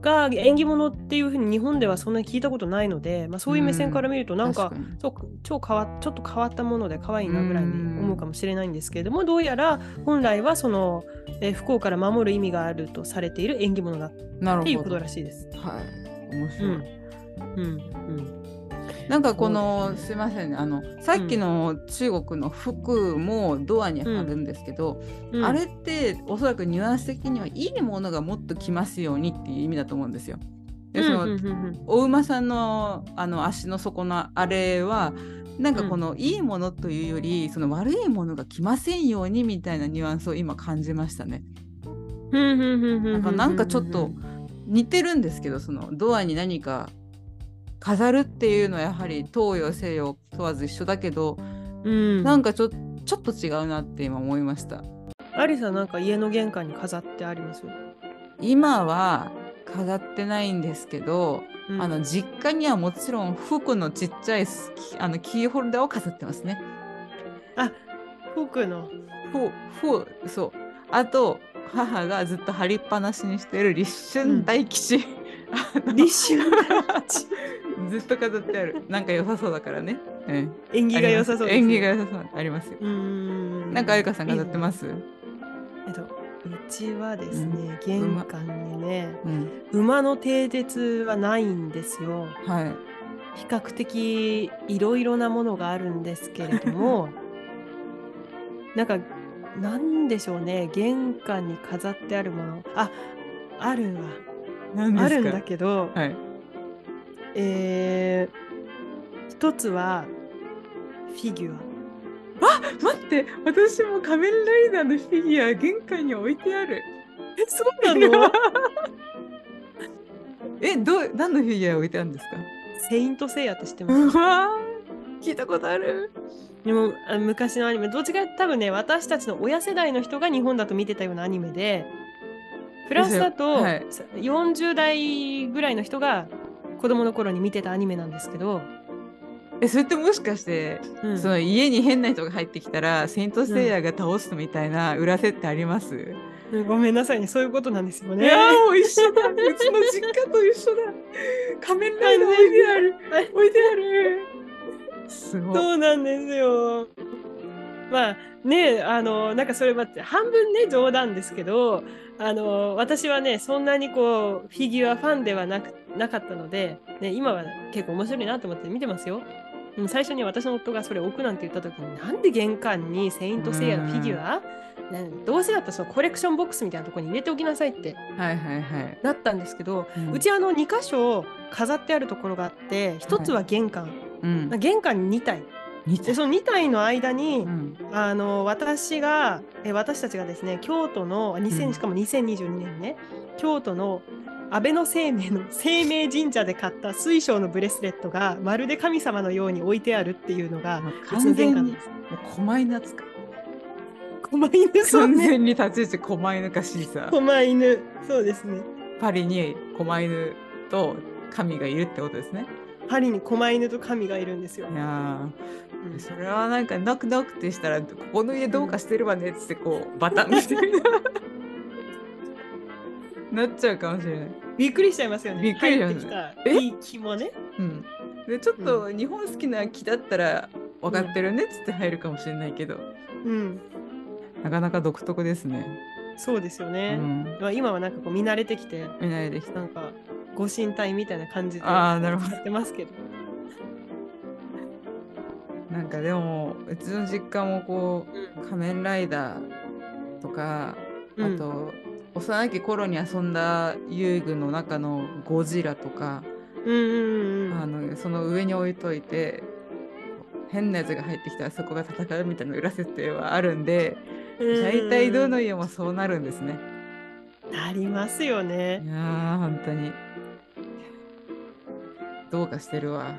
Speaker 1: が縁起物っていうふうに日本ではそんなに聞いたことないので、まあ、そういう目線から見るとなんか
Speaker 2: 確に
Speaker 1: そう超変わちょっと変わったもので可愛いなぐらいに思うかもしれないんですけれどもどうやら本来はその、えー不幸から守る意味があるとされている縁起物だっ
Speaker 2: な
Speaker 1: てい
Speaker 2: る
Speaker 1: うこ
Speaker 2: ほど。
Speaker 1: と
Speaker 2: はい、
Speaker 1: らしいです。
Speaker 2: 面
Speaker 1: う
Speaker 2: 白い。
Speaker 1: んうん
Speaker 2: なんかこ
Speaker 1: そ
Speaker 2: の
Speaker 1: うです
Speaker 2: すいませんねあのさっきの中国の服もドアに貼るんですけど、
Speaker 1: うん、
Speaker 2: あれっておそらくニュアンス的にはいいものがもっと来ますようにっていう意味だと思うんですよ。でその、
Speaker 1: うんうんうんうん
Speaker 2: お馬さんのあの足の底のあれはなんかこのいいものというより、その悪いものが来ませんようにみたいなニュアンスを今感じましたね。なんかなんかちょっと似てるんですけどそのドアに何か飾るっていうのはやはり東洋西洋問わず一緒だけど、
Speaker 1: うん、
Speaker 2: なん
Speaker 1: か
Speaker 2: かちょちょっと違うなって今思いました。
Speaker 1: アリさんなんか家の玄関に飾ってあります、
Speaker 2: 今は飾ってないんですけど、
Speaker 1: うん
Speaker 2: あの実家にはもちろん服のちっちゃいスキあのキーホルダーを飾ってますね。
Speaker 1: 僕の
Speaker 2: フォフォーそうあと母がずっと貼りっぱなしにしてる立春大吉、あの
Speaker 1: 立春
Speaker 2: ずっと飾ってあるなんか良さそうだからね、うん、
Speaker 1: 縁起が良さそうです、ね、
Speaker 2: 縁起が良さそうありますよ
Speaker 1: うん
Speaker 2: なんかあゆかさん飾ってますす
Speaker 1: えっとうちはですね、
Speaker 2: うん
Speaker 1: 玄関にね
Speaker 2: うん
Speaker 1: 馬の蹄鉄はないんですよ
Speaker 2: はい
Speaker 1: 比較 的いろいろなものがあるんですけれどもなんかなんでしょうね玄関に飾ってあるものああるわ
Speaker 2: 何ですか
Speaker 1: あるんだけど、
Speaker 2: はい。
Speaker 1: えー、一つはフィギュア
Speaker 2: 待って、私も仮面ライダーのフィギュア玄関に置いてある。
Speaker 1: えそうなの
Speaker 2: え、どう、何のフィギュア置いてあるんですか。
Speaker 1: セイントセイヤって知ってます
Speaker 2: うわー聞いたことある。
Speaker 1: でもあ昔のアニメどっちか多分ね私たちの親世代の人が日本だと見てたようなアニメでフランスだと
Speaker 2: はい
Speaker 1: 40代ぐらいの人が子供の頃に見てたアニメなんですけど、
Speaker 2: え、それってもしかして、
Speaker 1: うん
Speaker 2: その家に変な人が入ってきたら、セイントセイヤが倒すみたいな裏設定あります。
Speaker 1: ごめんなさいねそういうことなんですよ
Speaker 2: い
Speaker 1: ね。
Speaker 2: やーもう一緒だ。うちの実家と一緒だ。仮面ライダー置いてあ る。置いてある。すごい。
Speaker 1: そうなんですよ。まあねあのなんかそれは半分ね冗談ですけどあの私はねそんなにこうフィギュアファンではなくなかったので、ね、今は結構面白いなと思って見てますよ。でも最初に私の夫がそれ置くなんて言った時になんで玄関に「セイント・セイヤ」のフィギュアねどうせだったらそのコレクションボックスみたいなところに入れておきなさいって
Speaker 2: はいはいはい。
Speaker 1: なったんですけど、
Speaker 2: うん
Speaker 1: うちあの2箇所飾ってあるところがあって1つは玄関、
Speaker 2: うん
Speaker 1: 玄関に2体
Speaker 2: 似て
Speaker 1: でその2体の間に、
Speaker 2: うん
Speaker 1: あの私がえ私たちがですね京都の
Speaker 2: う
Speaker 1: 2000
Speaker 2: ん
Speaker 1: しかも2022年ね京都の安倍の生命の生命神社で買った水晶のブレスレットがまるで神様のように置いてあるっていうのが
Speaker 2: もう
Speaker 1: うちの
Speaker 2: 完
Speaker 1: 玄
Speaker 2: 全
Speaker 1: 関
Speaker 2: に
Speaker 1: です。
Speaker 2: 狛犬扱い。
Speaker 1: 狛犬そう
Speaker 2: 完
Speaker 1: ね。
Speaker 2: 全に立ち位置狛犬かシーサー。
Speaker 1: 狛犬そうですね。
Speaker 2: パリに狛犬と神がいるってことですね。
Speaker 1: パリに狛犬と神がいるんですよ。
Speaker 2: いや
Speaker 1: うん
Speaker 2: ーそれはなんかなくなくてしたらここの家どうかしてるわねっつってこう バタンみたいななっちゃうかもしれない。
Speaker 1: びっくりしちゃいますよね。
Speaker 2: びっくりしま
Speaker 1: 入
Speaker 2: す
Speaker 1: ってきた
Speaker 2: え
Speaker 1: いい気もね。
Speaker 2: うん、でちょっと日本好きな木だったら分かってるねっつって入るかもしれないけど、
Speaker 1: うん
Speaker 2: なかなか独特ですね。
Speaker 1: そうですよ
Speaker 2: う
Speaker 1: ね。
Speaker 2: ん、
Speaker 1: まあ今はなんかこう見慣れてきて。
Speaker 2: 見ないできた。
Speaker 1: なんかご神体みたいな感じで
Speaker 2: あ
Speaker 1: や
Speaker 2: あなるほど。
Speaker 1: ってますけど。
Speaker 2: なんかでもうちの実家もこう「仮面ライダー」とか、
Speaker 1: うん
Speaker 2: あと幼き頃に遊んだ遊具の中の「ゴジラ」とか、
Speaker 1: うんうんうん
Speaker 2: あのその上に置いといて変なやつが入ってきたらそこが戦うみたいな裏設定はあるんで
Speaker 1: うん。
Speaker 2: 大体どの家もそうなるんですね。
Speaker 1: なりますよね
Speaker 2: い。やー本当にどうかしてるわ。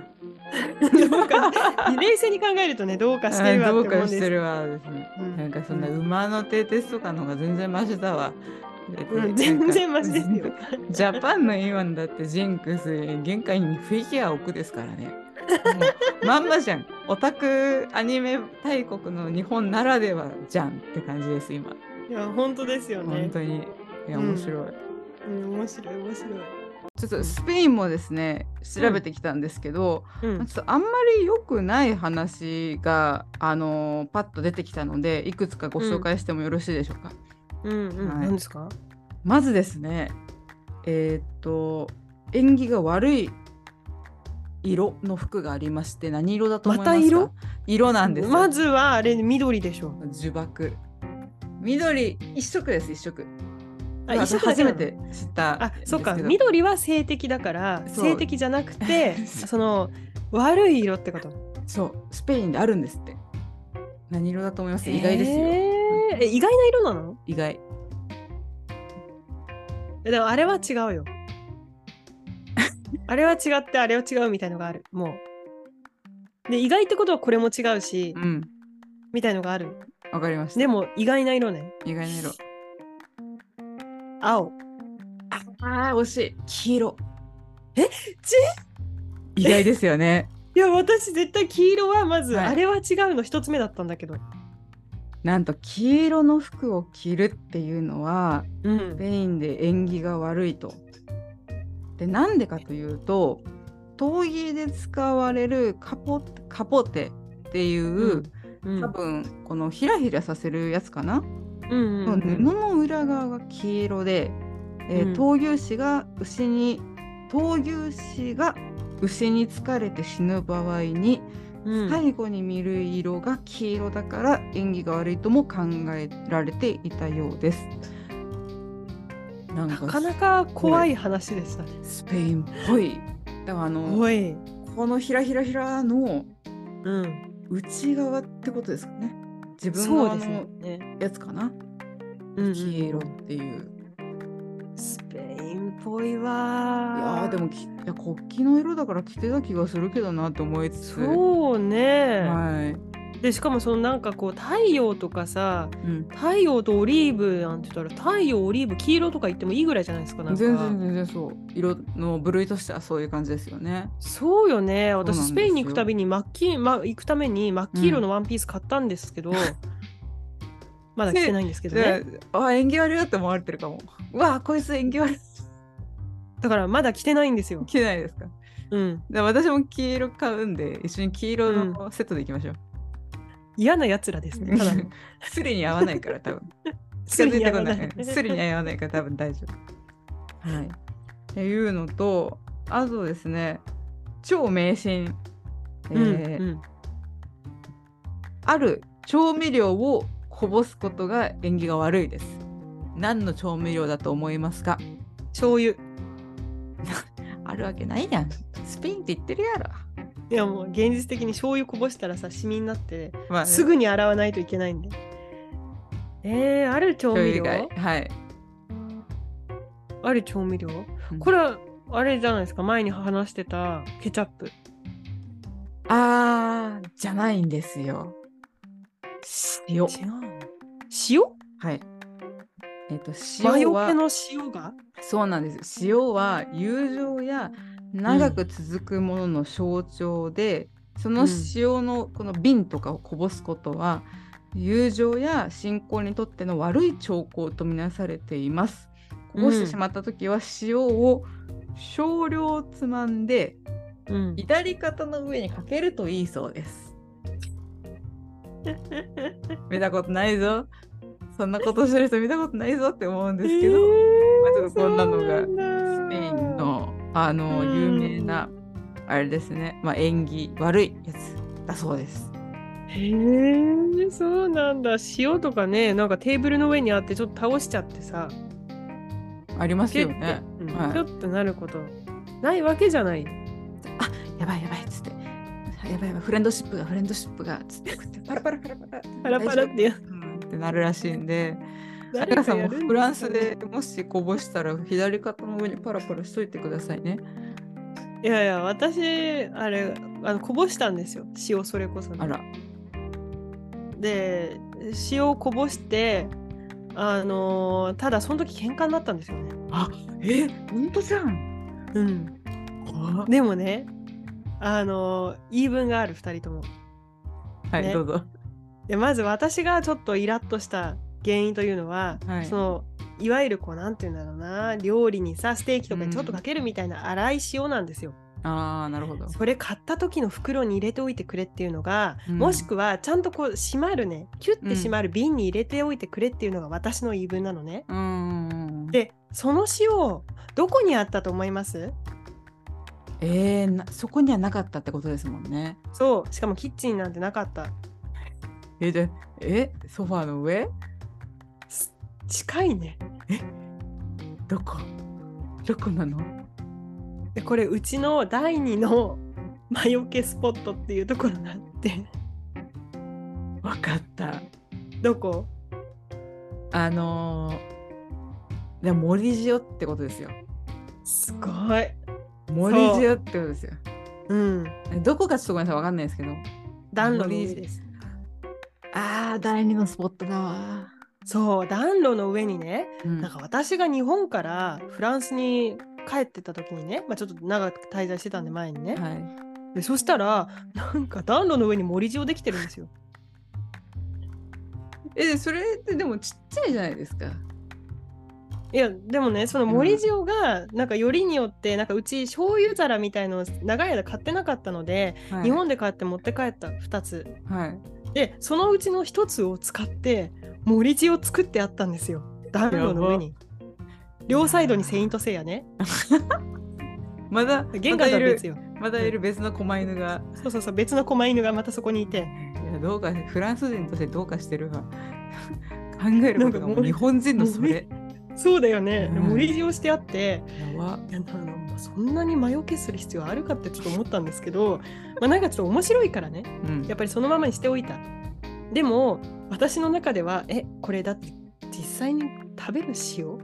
Speaker 1: どうか冷静に考えるとねどうかしてるわ
Speaker 2: あ
Speaker 1: って思
Speaker 2: どう
Speaker 1: う
Speaker 2: か
Speaker 1: んで
Speaker 2: し
Speaker 1: す
Speaker 2: て
Speaker 1: けど。
Speaker 2: るわですね。
Speaker 1: うん
Speaker 2: なんかそんな馬の蹄鉄とかの方が全然マシだわ。
Speaker 1: うん、全然マシです
Speaker 2: な
Speaker 1: よ
Speaker 2: ん。か。ジャパンの今だってジンクス玄関にフィギュア置くですから ね。もうまんまじゃん。オタクアニメ大国の日本ならではじゃんって感じです今。
Speaker 1: いや本当ですよね
Speaker 2: 本。当に。いや
Speaker 1: うん
Speaker 2: 面白い。
Speaker 1: うん面白い面白い。
Speaker 2: ちょっとスペインもですね調べてきたんですけど、
Speaker 1: うん
Speaker 2: ちょっとあんまり良くない話が、あのーパッと出てきたのでいくつかご紹介してもよろしいでしょうか、
Speaker 1: うんうん。
Speaker 2: はい
Speaker 1: 何ですか？
Speaker 2: まずですねえーっと縁起が悪い色の服がありまして何色だと思いますか
Speaker 1: また色
Speaker 2: 色なんですよ
Speaker 1: まずはあれ緑でしょ。
Speaker 2: 呪縛緑一色です一色
Speaker 1: あ
Speaker 2: まあ
Speaker 1: 一緒だけ
Speaker 2: 初
Speaker 1: なの
Speaker 2: めて知ったん
Speaker 1: あ
Speaker 2: ですけど
Speaker 1: そっか緑は性的だから
Speaker 2: そう
Speaker 1: 性的じゃなく てその悪い色ってこと。
Speaker 2: そうスペインであるんですって何色だと思います意外ですよ、
Speaker 1: えーえ意外な色なの？
Speaker 2: 意外
Speaker 1: えでもあれは違うよ。あれは違ってあれは違うみたいのがある。もう。で、意外ってことはこれも違うし
Speaker 2: う、ん
Speaker 1: みたいのがある。
Speaker 2: わかりました
Speaker 1: でも意外な色ね。
Speaker 2: 意外な色
Speaker 1: 青。
Speaker 2: あー惜しい黄色
Speaker 1: えち
Speaker 2: 意外ですよね
Speaker 1: いや、私絶対黄色はまず、
Speaker 2: はい
Speaker 1: あれは違うの一つ目だったんだけど。
Speaker 2: なんと黄色の服を着るっていうのは
Speaker 1: うん
Speaker 2: スペインで縁起が悪いとでなんでかというと陶芸で使われるカポカポテっていう、
Speaker 1: うん
Speaker 2: 多分このひらひらさせるやつかな、
Speaker 1: うんうん
Speaker 2: 布の裏側が黄色で、えー
Speaker 1: うん
Speaker 2: 闘牛士が牛に闘牛士が牛に疲れて死ぬ場合に
Speaker 1: うん
Speaker 2: 最後に見る色が黄色だから縁起が悪いとも考えられていたようです。なん
Speaker 1: なか
Speaker 2: か
Speaker 1: なか怖い話でしたね。
Speaker 2: スペインっぽい。だからあの
Speaker 1: おい。
Speaker 2: このひらひらひらの
Speaker 1: うん。
Speaker 2: 内側ってことですかね。自分
Speaker 1: そう
Speaker 2: 側
Speaker 1: です
Speaker 2: の
Speaker 1: ね。
Speaker 2: やつかな。
Speaker 1: うんうん
Speaker 2: 黄色っていう。
Speaker 1: スペインっぽい
Speaker 2: い
Speaker 1: わ
Speaker 2: やーでもきいや国旗の色だから着てた気がするけどなって思いつつ。
Speaker 1: そうね、
Speaker 2: はい。
Speaker 1: でしかもそのなんかこう太陽とかさ
Speaker 2: うん。
Speaker 1: 太陽とオリーブなんて言ったら太陽オリーブ黄色とか言ってもいいぐらいじゃないですかなんか
Speaker 2: 全然全然そう色の部類としてはそういう感じですよね。
Speaker 1: そうよね
Speaker 2: うなんです
Speaker 1: 私
Speaker 2: よ
Speaker 1: スペインに行くたびに真っ黄、ま、行くために真っ黄色のワンピース買ったんです けど、まだ着てないんですけどね
Speaker 2: であ縁起悪いよって思われてるかも。うわあこいつ縁起悪い。
Speaker 1: だからまだ着てないんですよ、
Speaker 2: 着てないですか。
Speaker 1: うん、
Speaker 2: で私も黄色買うんで一緒に黄色のセットでいきましょう。
Speaker 1: 嫌なやつらですね ただの
Speaker 2: スリに合わないから多分。近
Speaker 1: すぐ
Speaker 2: づ
Speaker 1: に
Speaker 2: いて
Speaker 1: や
Speaker 2: こ
Speaker 1: ら
Speaker 2: な。
Speaker 1: ない
Speaker 2: うんスリに合わないから多分大丈夫。はい。っていうのとあとですね超迷信。え
Speaker 1: うん
Speaker 2: ーある調味料をこぼすことが縁起が悪いです。何の調味料だと思いますか
Speaker 1: 醤油
Speaker 2: あるわけないやん。スペインって言ってるやろ。
Speaker 1: いやもう現実的に醤油こぼしたらさシミになって
Speaker 2: まあ、
Speaker 1: すぐに洗わないといけないんでえー、ある調
Speaker 2: 醤
Speaker 1: 味
Speaker 2: 油以
Speaker 1: 料
Speaker 2: 外。はい。
Speaker 1: ある調味料
Speaker 2: うん
Speaker 1: これはあれじゃないですか前に話してたケチャップ
Speaker 2: あー、じゃないんですよ。塩。
Speaker 1: 違うの塩
Speaker 2: はい。えっ、と、
Speaker 1: 魔
Speaker 2: 塩
Speaker 1: 除
Speaker 2: は
Speaker 1: け、の塩が
Speaker 2: そうなんです。塩は友情や長く続くものの象徴で、その塩のこの瓶とかをこぼすことは、友情や信仰にとっての悪い兆候とみなされています。こぼしてしまった時は塩を少量つまんで
Speaker 1: うん
Speaker 2: 左肩の上にかけるといいそうです。見たことないぞ。そんなことしてる人見たことないぞって思うんですけど、まあちょっとこんなのがスペインのあの
Speaker 1: うん
Speaker 2: 有名なあれですね、まあ、縁起悪いやつだそうです。
Speaker 1: へえそうなんだ塩とかねなんかテーブルの上にあってちょっと倒しちゃってさ
Speaker 2: あります
Speaker 1: ピュ
Speaker 2: よ
Speaker 1: ッて、
Speaker 2: ね。
Speaker 1: うん
Speaker 2: はい
Speaker 1: ピュッてなることないわけじゃない
Speaker 2: やばいやばいっつって。やばいやばいフレンドシップがフレンドシップがつってこうやってパラパラパラパラ
Speaker 1: パラパラってや
Speaker 2: うんってなるらしいんで。あ
Speaker 1: 誰
Speaker 2: や
Speaker 1: か
Speaker 2: さん
Speaker 1: や
Speaker 2: も
Speaker 1: るんですかね
Speaker 2: フランスでもしこぼしたら左肩の上にパラパラしといてくださいね。
Speaker 1: いやいや私あれあのこぼしたんですよ塩それこそね、
Speaker 2: あら。
Speaker 1: で塩をこぼしてあのーただその時喧嘩になったんですよね
Speaker 2: え、本当じゃん。
Speaker 1: うんでもねあのー言い分がある2人とも
Speaker 2: はい、
Speaker 1: ね
Speaker 2: どうぞ。
Speaker 1: でまず私がちょっとイラッとした原因というのは、
Speaker 2: はい
Speaker 1: そのいわゆるこうなんて言うんだろうな料理にさステーキとかにちょっとかけるみたいな粗い塩なんですよ、
Speaker 2: ああ、なるほど。
Speaker 1: それ買った時の袋に入れておいてくれっていうのが、
Speaker 2: うん
Speaker 1: もしくはちゃんとこう閉まるねキュッて閉まる瓶に入れておいてくれっていうのが私の言い分なのね、
Speaker 2: うーん。
Speaker 1: でその塩どこにあったと思います
Speaker 2: えー、なそこにはなかったってことですもんね。
Speaker 1: そうしかもキッチンなんてなかった
Speaker 2: えでえソファーの上
Speaker 1: 近いね
Speaker 2: どこどこなの
Speaker 1: でこれうちの第二の 魔除けスポットっていうところがあって
Speaker 2: わかった。
Speaker 1: どこ
Speaker 2: あのー、で森塩ってことですよ。
Speaker 1: すごい
Speaker 2: 森塩ってことですよ。
Speaker 1: うん
Speaker 2: どこかちょっとごめんなさい、わかんないですけど。
Speaker 1: 暖炉の上です
Speaker 2: ああ、第二のスポットだわ。
Speaker 1: そう暖炉の上にね
Speaker 2: うん
Speaker 1: なんか私が日本からフランスに帰ってた時にね、まあ、ちょっと長く滞在してたんで前にね、
Speaker 2: はい。
Speaker 1: でそしたらなんか暖炉の上に森塩できてるんですよ
Speaker 2: えそれってでもちっちゃいじゃないですか。
Speaker 1: いやでもねその森塩がなんかよりによってなんかうち醤油皿みたいのを長い間買ってなかったので、
Speaker 2: はい、
Speaker 1: 日本で買って持って帰った2つ
Speaker 2: はい。
Speaker 1: でそのうちの1つを使って森塩を作ってあったんですよ暖炉の上に両サイドにセイントセイヤね
Speaker 2: まだ
Speaker 1: 玄関とは別よ、
Speaker 2: ままだいる別の狛犬が
Speaker 1: そうそうそう別の狛犬がまたそこにいて
Speaker 2: いやどうかフランス人としてどうかしてるわ 考えることがもう日本人のそれ
Speaker 1: そうだよね、
Speaker 2: うん
Speaker 1: 無理強いしてあって
Speaker 2: やば
Speaker 1: いやあのそんなに魔除けする必要あるかってちょっと思ったんですけど、まあ、なんかちょっと面白いからね
Speaker 2: うん
Speaker 1: やっぱりそのままにしておいたでも私の中ではえこれだって実際に食べる塩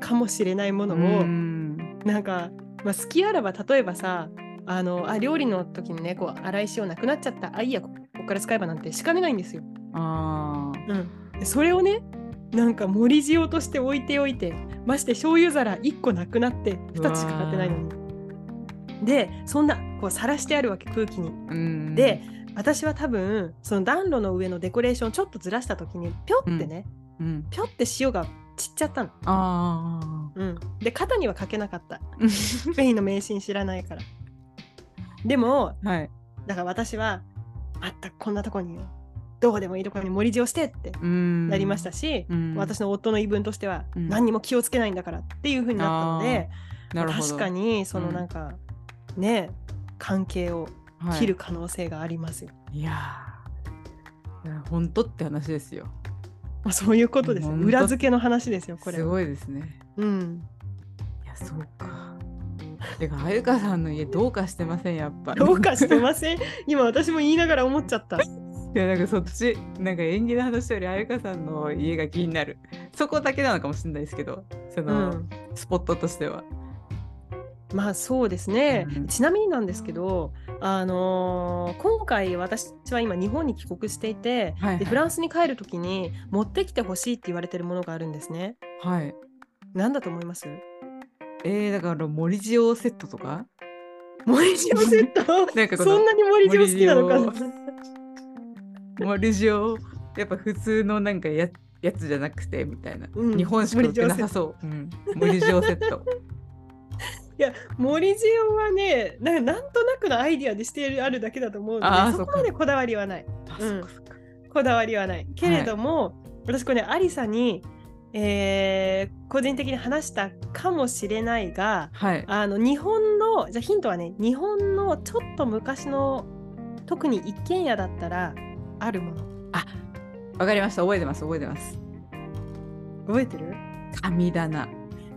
Speaker 1: かもしれないものを、
Speaker 2: うん
Speaker 1: なんか、まあ、好きあらば例えばさあのあ料理の時にねこう洗い塩なくなっちゃったあいいやここっから使えばなんてしかねないんですよ。
Speaker 2: あー
Speaker 1: うん、それをねなんか盛り塩として置いておいてまして醤油皿1個なくなって2つしか買ってないのに。でそんなこうさらしてあるわけ空気に。
Speaker 2: うん
Speaker 1: で私は多分その暖炉の上のデコレーションをちょっとずらした時にぴょってね、
Speaker 2: うん
Speaker 1: ぴょって塩が散っちゃったの。
Speaker 2: ああ
Speaker 1: うん、で肩にはかけなか った。スペインの迷信知らないから。でも
Speaker 2: はい
Speaker 1: だから私はまったくこんなとこにどうでもいいとこに盛り塩してって
Speaker 2: うん
Speaker 1: なりましたし、
Speaker 2: うん
Speaker 1: 私の夫の言い分としては、
Speaker 2: うん
Speaker 1: 何にも気をつけないんだからっていう風になったので
Speaker 2: なるほど
Speaker 1: 確かにそのなんか、ね関係を
Speaker 2: はい
Speaker 1: 切る可能性がありますよ。
Speaker 2: いやーいや本当って話ですよ
Speaker 1: まあ、そういうことですよ
Speaker 2: 本当
Speaker 1: 裏付けの話ですよこれ
Speaker 2: す
Speaker 1: は。
Speaker 2: ごいですね
Speaker 1: うん、
Speaker 2: いやそうかてかあゆかさんの家どうかしてませんやっぱ
Speaker 1: どうかしてま せん今私も言いながら思っちゃった。
Speaker 2: いやなんかそっちなんか縁起の話よりあゆかさんの家が気になるそこだけなのかもしれないですけどそうの、
Speaker 1: ん、
Speaker 2: スポットとしては
Speaker 1: まあそうですね、
Speaker 2: うん
Speaker 1: ちなみになんですけど、あのー今回私は今日本に帰国していて、
Speaker 2: はいはい
Speaker 1: でフランスに帰る時に持ってきてほしいって言われてるものがあるんですね。
Speaker 2: はい
Speaker 1: なんだと思います
Speaker 2: えー、だから森塩セットとか
Speaker 1: 森塩セット
Speaker 2: なん かこ
Speaker 1: そん
Speaker 2: の
Speaker 1: なに森塩好きなのかな
Speaker 2: 森森塩やっぱ普通のなんかややつじゃなくてみたいな、
Speaker 1: うん
Speaker 2: 日本しか売ってなさそううん森塩セット
Speaker 1: 森塩はねななんとなくのアイディアでしてあるだけだと思うの
Speaker 2: あ
Speaker 1: で
Speaker 2: ー
Speaker 1: そ
Speaker 2: そっ
Speaker 1: こ
Speaker 2: か
Speaker 1: までこだわりはない
Speaker 2: あ
Speaker 1: うん
Speaker 2: そっかそっか
Speaker 1: こだわりはないけれども、私これねありさに、えー個人的に話したかもしれないが
Speaker 2: はい
Speaker 1: あの日本のじゃあヒントはね日本のちょっと昔の特に一軒家だったらあるもの
Speaker 2: わかりました覚えてます覚えてます
Speaker 1: 覚えてる
Speaker 2: 神棚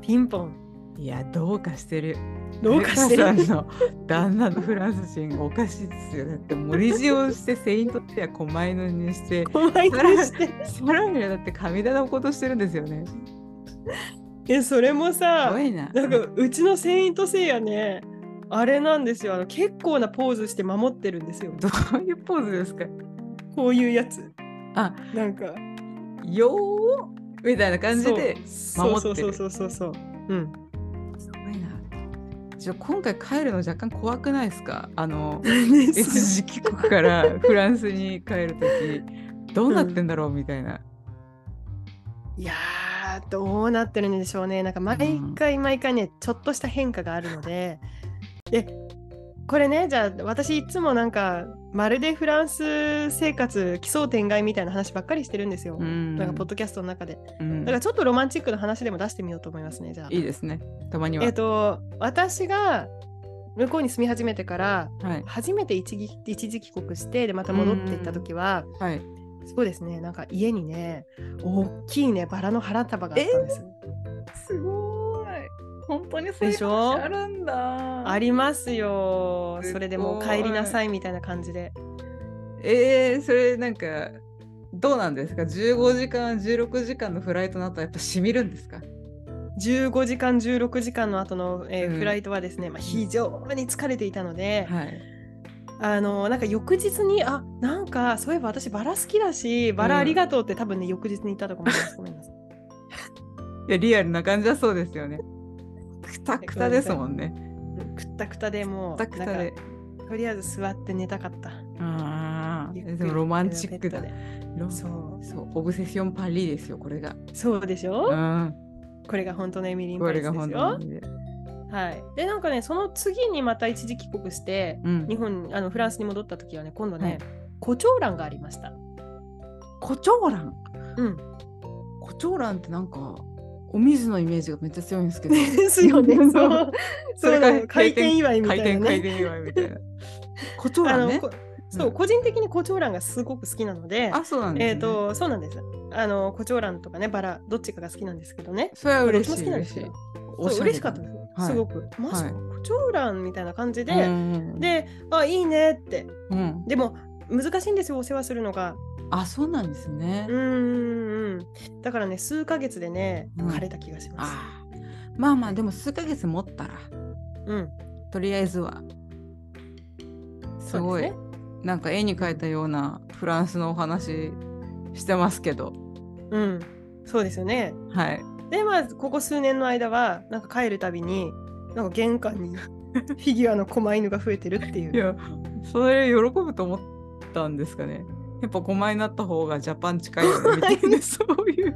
Speaker 1: ピンポン
Speaker 2: いやどうかしてる
Speaker 1: どうかしてる
Speaker 2: あゆかさんの旦那のフランス人がおかしいですよだって森塩してセイントピア狛犬にして
Speaker 1: 怖いに して
Speaker 2: さらにはだって神棚のことしてるんですよねす
Speaker 1: えそれもさ
Speaker 2: ごいな
Speaker 1: なんかうちのセイントセイヤねあれなんですよあの結構なポーズして守ってるんですよ
Speaker 2: どういうポーズですか
Speaker 1: こういうやつ
Speaker 2: あ
Speaker 1: なんか
Speaker 2: よーみたいな感じで
Speaker 1: そう
Speaker 2: 守ってる
Speaker 1: そうそうそうそうそう うん
Speaker 2: すごいなちょ今回帰るの若干怖くないですか あの一時帰国からフランスに帰る時どうなってんだろうみたいな、
Speaker 1: いやーどうなってるんでしょうねなんか毎回毎回ねちょっとした変化があるのででこれねじゃあ私いつもなんかまるでフランス生活奇想天外みたいな話ばっかりしてるんですよ、
Speaker 2: うん
Speaker 1: なんかポッドキャストの中でだ
Speaker 2: うん
Speaker 1: からちょっとロマンチックな話でも出してみようと思いますねじゃあ
Speaker 2: いいですねたまには、
Speaker 1: えっと私が向こうに住み始めてから
Speaker 2: はい
Speaker 1: 初めて一時一時帰国してでまた戻っていった時は
Speaker 2: はい
Speaker 1: そうですねなんか家にね大きいねバラの花束があったんです。
Speaker 2: すごい本当にそう
Speaker 1: いう話あ
Speaker 2: るんだ
Speaker 1: ありますよ
Speaker 2: すごい
Speaker 1: それでもう帰りなさいみたいな感じで
Speaker 2: えー、それなんかどうなんですか15時間16時間のフライトの後はやっぱしみるんですか
Speaker 1: 15時間16時間の後の、えー
Speaker 2: うん
Speaker 1: フライトはですね、まあ、非常に疲れていたので、
Speaker 2: はい
Speaker 1: あのなんか翌日にあなんかそういえば私バラ好きだしバラありがとうって多分ね、翌日に言ったと思いますごめんなさい
Speaker 2: いやリアルな感じはそうですよねくたくたですもんね
Speaker 1: くったくたでも
Speaker 2: く
Speaker 1: う
Speaker 2: たくた
Speaker 1: な
Speaker 2: で
Speaker 1: んかとりあえず座って寝たかった。
Speaker 2: あ
Speaker 1: ゆっく
Speaker 2: あ、
Speaker 1: り
Speaker 2: でもロマンチックだ。
Speaker 1: ベッドで
Speaker 2: ロ
Speaker 1: そう
Speaker 2: そう、オブセションパリですよ、これが。
Speaker 1: そうでし
Speaker 2: う
Speaker 1: ょ、
Speaker 2: ん、
Speaker 1: これが本当のエミリン・
Speaker 2: こ
Speaker 1: パリ
Speaker 2: れ
Speaker 1: ス
Speaker 2: が
Speaker 1: で
Speaker 2: 本
Speaker 1: す
Speaker 2: 当
Speaker 1: よ
Speaker 2: の。意味で。
Speaker 1: はい、でなんかねその次にまた一時帰国して
Speaker 2: うん
Speaker 1: 日。本あのフランスに戻った時はね今度
Speaker 2: は
Speaker 1: ね
Speaker 2: い
Speaker 1: 胡蝶蘭がありました。
Speaker 2: コチョウラン。
Speaker 1: うん、
Speaker 2: コチョウランってなんか、お水のイメージがめっちゃ強い んですけど
Speaker 1: ですよね。そう。
Speaker 2: そう
Speaker 1: そうな
Speaker 2: それが
Speaker 1: の開店祝いみた
Speaker 2: 回
Speaker 1: いな
Speaker 2: 転
Speaker 1: ね。
Speaker 2: 回転祝いみ たいな。こと
Speaker 1: あ
Speaker 2: は
Speaker 1: の
Speaker 2: ね
Speaker 1: こ。そう、
Speaker 2: うん
Speaker 1: 個人的に胡蝶蘭がすごく好きなので、
Speaker 2: あ、そうなんです、ね。
Speaker 1: えっ、と、そうなんです。あの、胡蝶蘭とかね、バラ、どっちかが好きなんですけどね。
Speaker 2: それは嬉
Speaker 1: どっ
Speaker 2: し
Speaker 1: ち
Speaker 2: い
Speaker 1: も好きなんです
Speaker 2: 嬉しい
Speaker 1: よ。
Speaker 2: お
Speaker 1: そう
Speaker 2: ゃれ
Speaker 1: 嬉しかったです。
Speaker 2: はい
Speaker 1: すごく。マジか、
Speaker 2: は
Speaker 1: 胡蝶蘭みたいな感じで、
Speaker 2: うんうんうん、
Speaker 1: で、あ、いいねって。
Speaker 2: うん、
Speaker 1: でも、難しいんですよ、お世話するのが。
Speaker 2: あ、そうなんですね
Speaker 1: う。んうんうん。だからね、数ヶ月でね、
Speaker 2: うん
Speaker 1: 枯れた気がします。
Speaker 2: あー、まあまあでも数ヶ月持ったら
Speaker 1: うん。
Speaker 2: とりあえずはす
Speaker 1: そう
Speaker 2: ごい
Speaker 1: ですね。
Speaker 2: なんか絵に描いたようなフランスのお話してますけど、
Speaker 1: うん。そうですよね。
Speaker 2: はい。
Speaker 1: でまあここ数年の間はなんか帰るたびになんか玄関 にフィギュアの狛犬が増えてるってい。
Speaker 2: いうや、それ喜ぶと思ったんですかね。やっぱ駒になった方がジャパン近いよねみ たいなそういう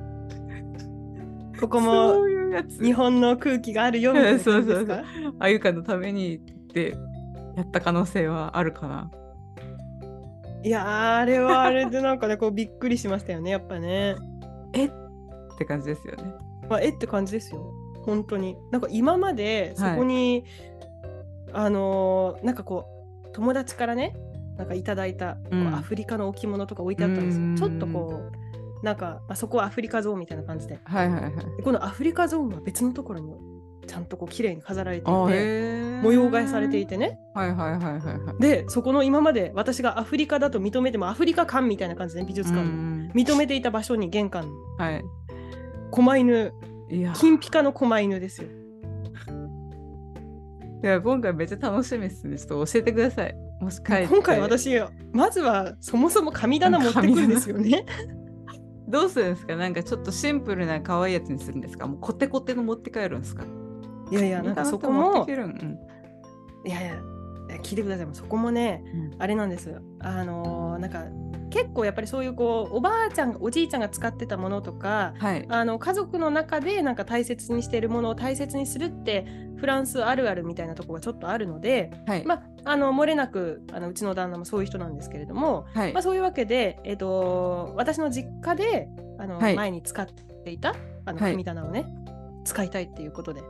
Speaker 1: ここ
Speaker 2: そ
Speaker 1: も
Speaker 2: ういうやつ
Speaker 1: 日本の空気があるよみたいな感じですか
Speaker 2: そうあゆかのためにってやった可能性はあるかな。
Speaker 1: いやーあれはあれでなんかねこうびっくりしましたよねやっぱね。
Speaker 2: えって感じですよね。
Speaker 1: まあ、えって感じですよ本当に。なんか今までそこに、あのーなんかこう友達からねなんかいただいた、こう
Speaker 2: うん
Speaker 1: アフリカの置物とか置いてあったんです
Speaker 2: うん
Speaker 1: よ。ちょっとこうなんか、まあ、そこはアフリカ像みたいな感じで。
Speaker 2: はいはいはい。
Speaker 1: でこのアフリカゾーンは別のところにちゃんとこう綺麗に飾られてい
Speaker 2: あ
Speaker 1: て
Speaker 2: へ
Speaker 1: 模様替えされてい
Speaker 2: て。
Speaker 1: てね
Speaker 2: はいはいはいはいはい。
Speaker 1: でそこの今まで私がアフリカだと認めてもアフリカ館みたいな感じで美術
Speaker 2: う
Speaker 1: 館の
Speaker 2: ん
Speaker 1: 認めていた場所に玄関
Speaker 2: はい。
Speaker 1: 狛犬
Speaker 2: いや
Speaker 1: 金ピカの狛犬ですよ
Speaker 2: いや今回めっちゃ楽しみですね。ちょっと教えてください。もし帰って
Speaker 1: 今回私まずはそもそも神棚持ってくるんですよね
Speaker 2: どうするんですかなんかちょっとシンプルな可愛いやつにするんですかもうコテコテの持って帰るんですか
Speaker 1: いやいやなんかそこ
Speaker 2: 持っ
Speaker 1: も
Speaker 2: てけるんうん
Speaker 1: いやいやいや聞いてくださいもうそこもね
Speaker 2: うん
Speaker 1: あれなんですあのーなんか結構やっぱりそういうこうおばあちゃんおじいちゃんが使ってたものとか
Speaker 2: はい。
Speaker 1: あの家族の中でなんか大切にしているものを大切にするってフランスあるあるみたいなとこがちょっとあるので、
Speaker 2: はい。
Speaker 1: まあ、あの漏れなくあのうちの旦那もそういう人なんですけれども、
Speaker 2: はい
Speaker 1: まあ、そういうわけで、えっと私の実家であの、
Speaker 2: はい
Speaker 1: 前に使っていたあの
Speaker 2: はい
Speaker 1: 神棚をね、使いたいっていうことで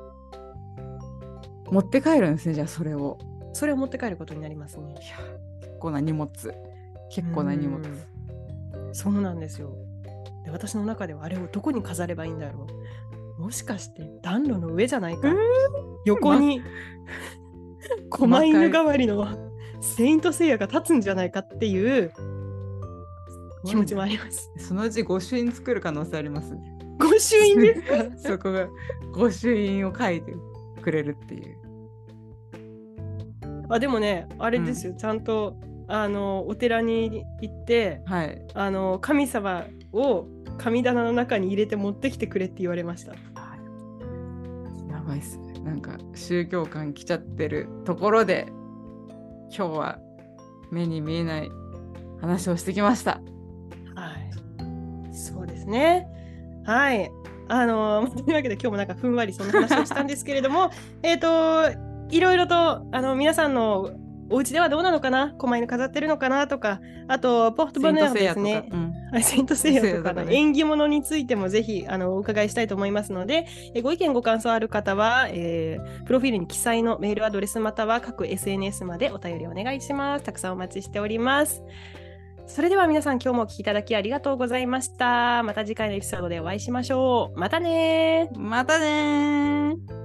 Speaker 2: 持って帰るんですね。じゃあそれを。
Speaker 1: それを持って帰ることになりますね。
Speaker 2: いや結構な荷物。結構な荷物
Speaker 1: う。んそうなんですよで私の中ではあれをどこに飾ればいいんだろうもしかして暖炉の上じゃないか、
Speaker 2: えー
Speaker 1: 横 に狛犬代わりのセイントセイヤが立つんじゃないかっていう気持ちもあります。
Speaker 2: そのうち御朱印作る可能性あります ね。
Speaker 1: 御朱印ですか
Speaker 2: そこが御朱印を書いてくれるっていう。
Speaker 1: あでもねあれですよ、ちゃんとあのお寺に行って
Speaker 2: はい。
Speaker 1: あの神様を神棚の中に入れて持ってきてくれって言われました。
Speaker 2: やばいっすね。なんか宗教観来ちゃってるところで今日は目に見えない話をしてきました。
Speaker 1: はい。そうですね。はい。あのーというわけで今日もなんかふんわりそんな話をしたんですけれども、 えっといろいろとあの皆さんのお家ではどうなのかな、狛犬飾ってるのかなとか、あとポートバネアのですね、
Speaker 2: うん
Speaker 1: はいセイントセイヤとか
Speaker 2: セイヤとか
Speaker 1: の
Speaker 2: ね
Speaker 1: 縁起物についてもぜひあのお伺いしたいと思いますので、えーご意見ご感想ある方は、えープロフィールに記載のメールアドレスまたは各 SNS までお便りお願いします。たくさんお待ちしております。それでは皆さん今日もお聞きいただきありがとうございました。また次回のエピソードでお会いしましょう。またねー。
Speaker 2: またねー。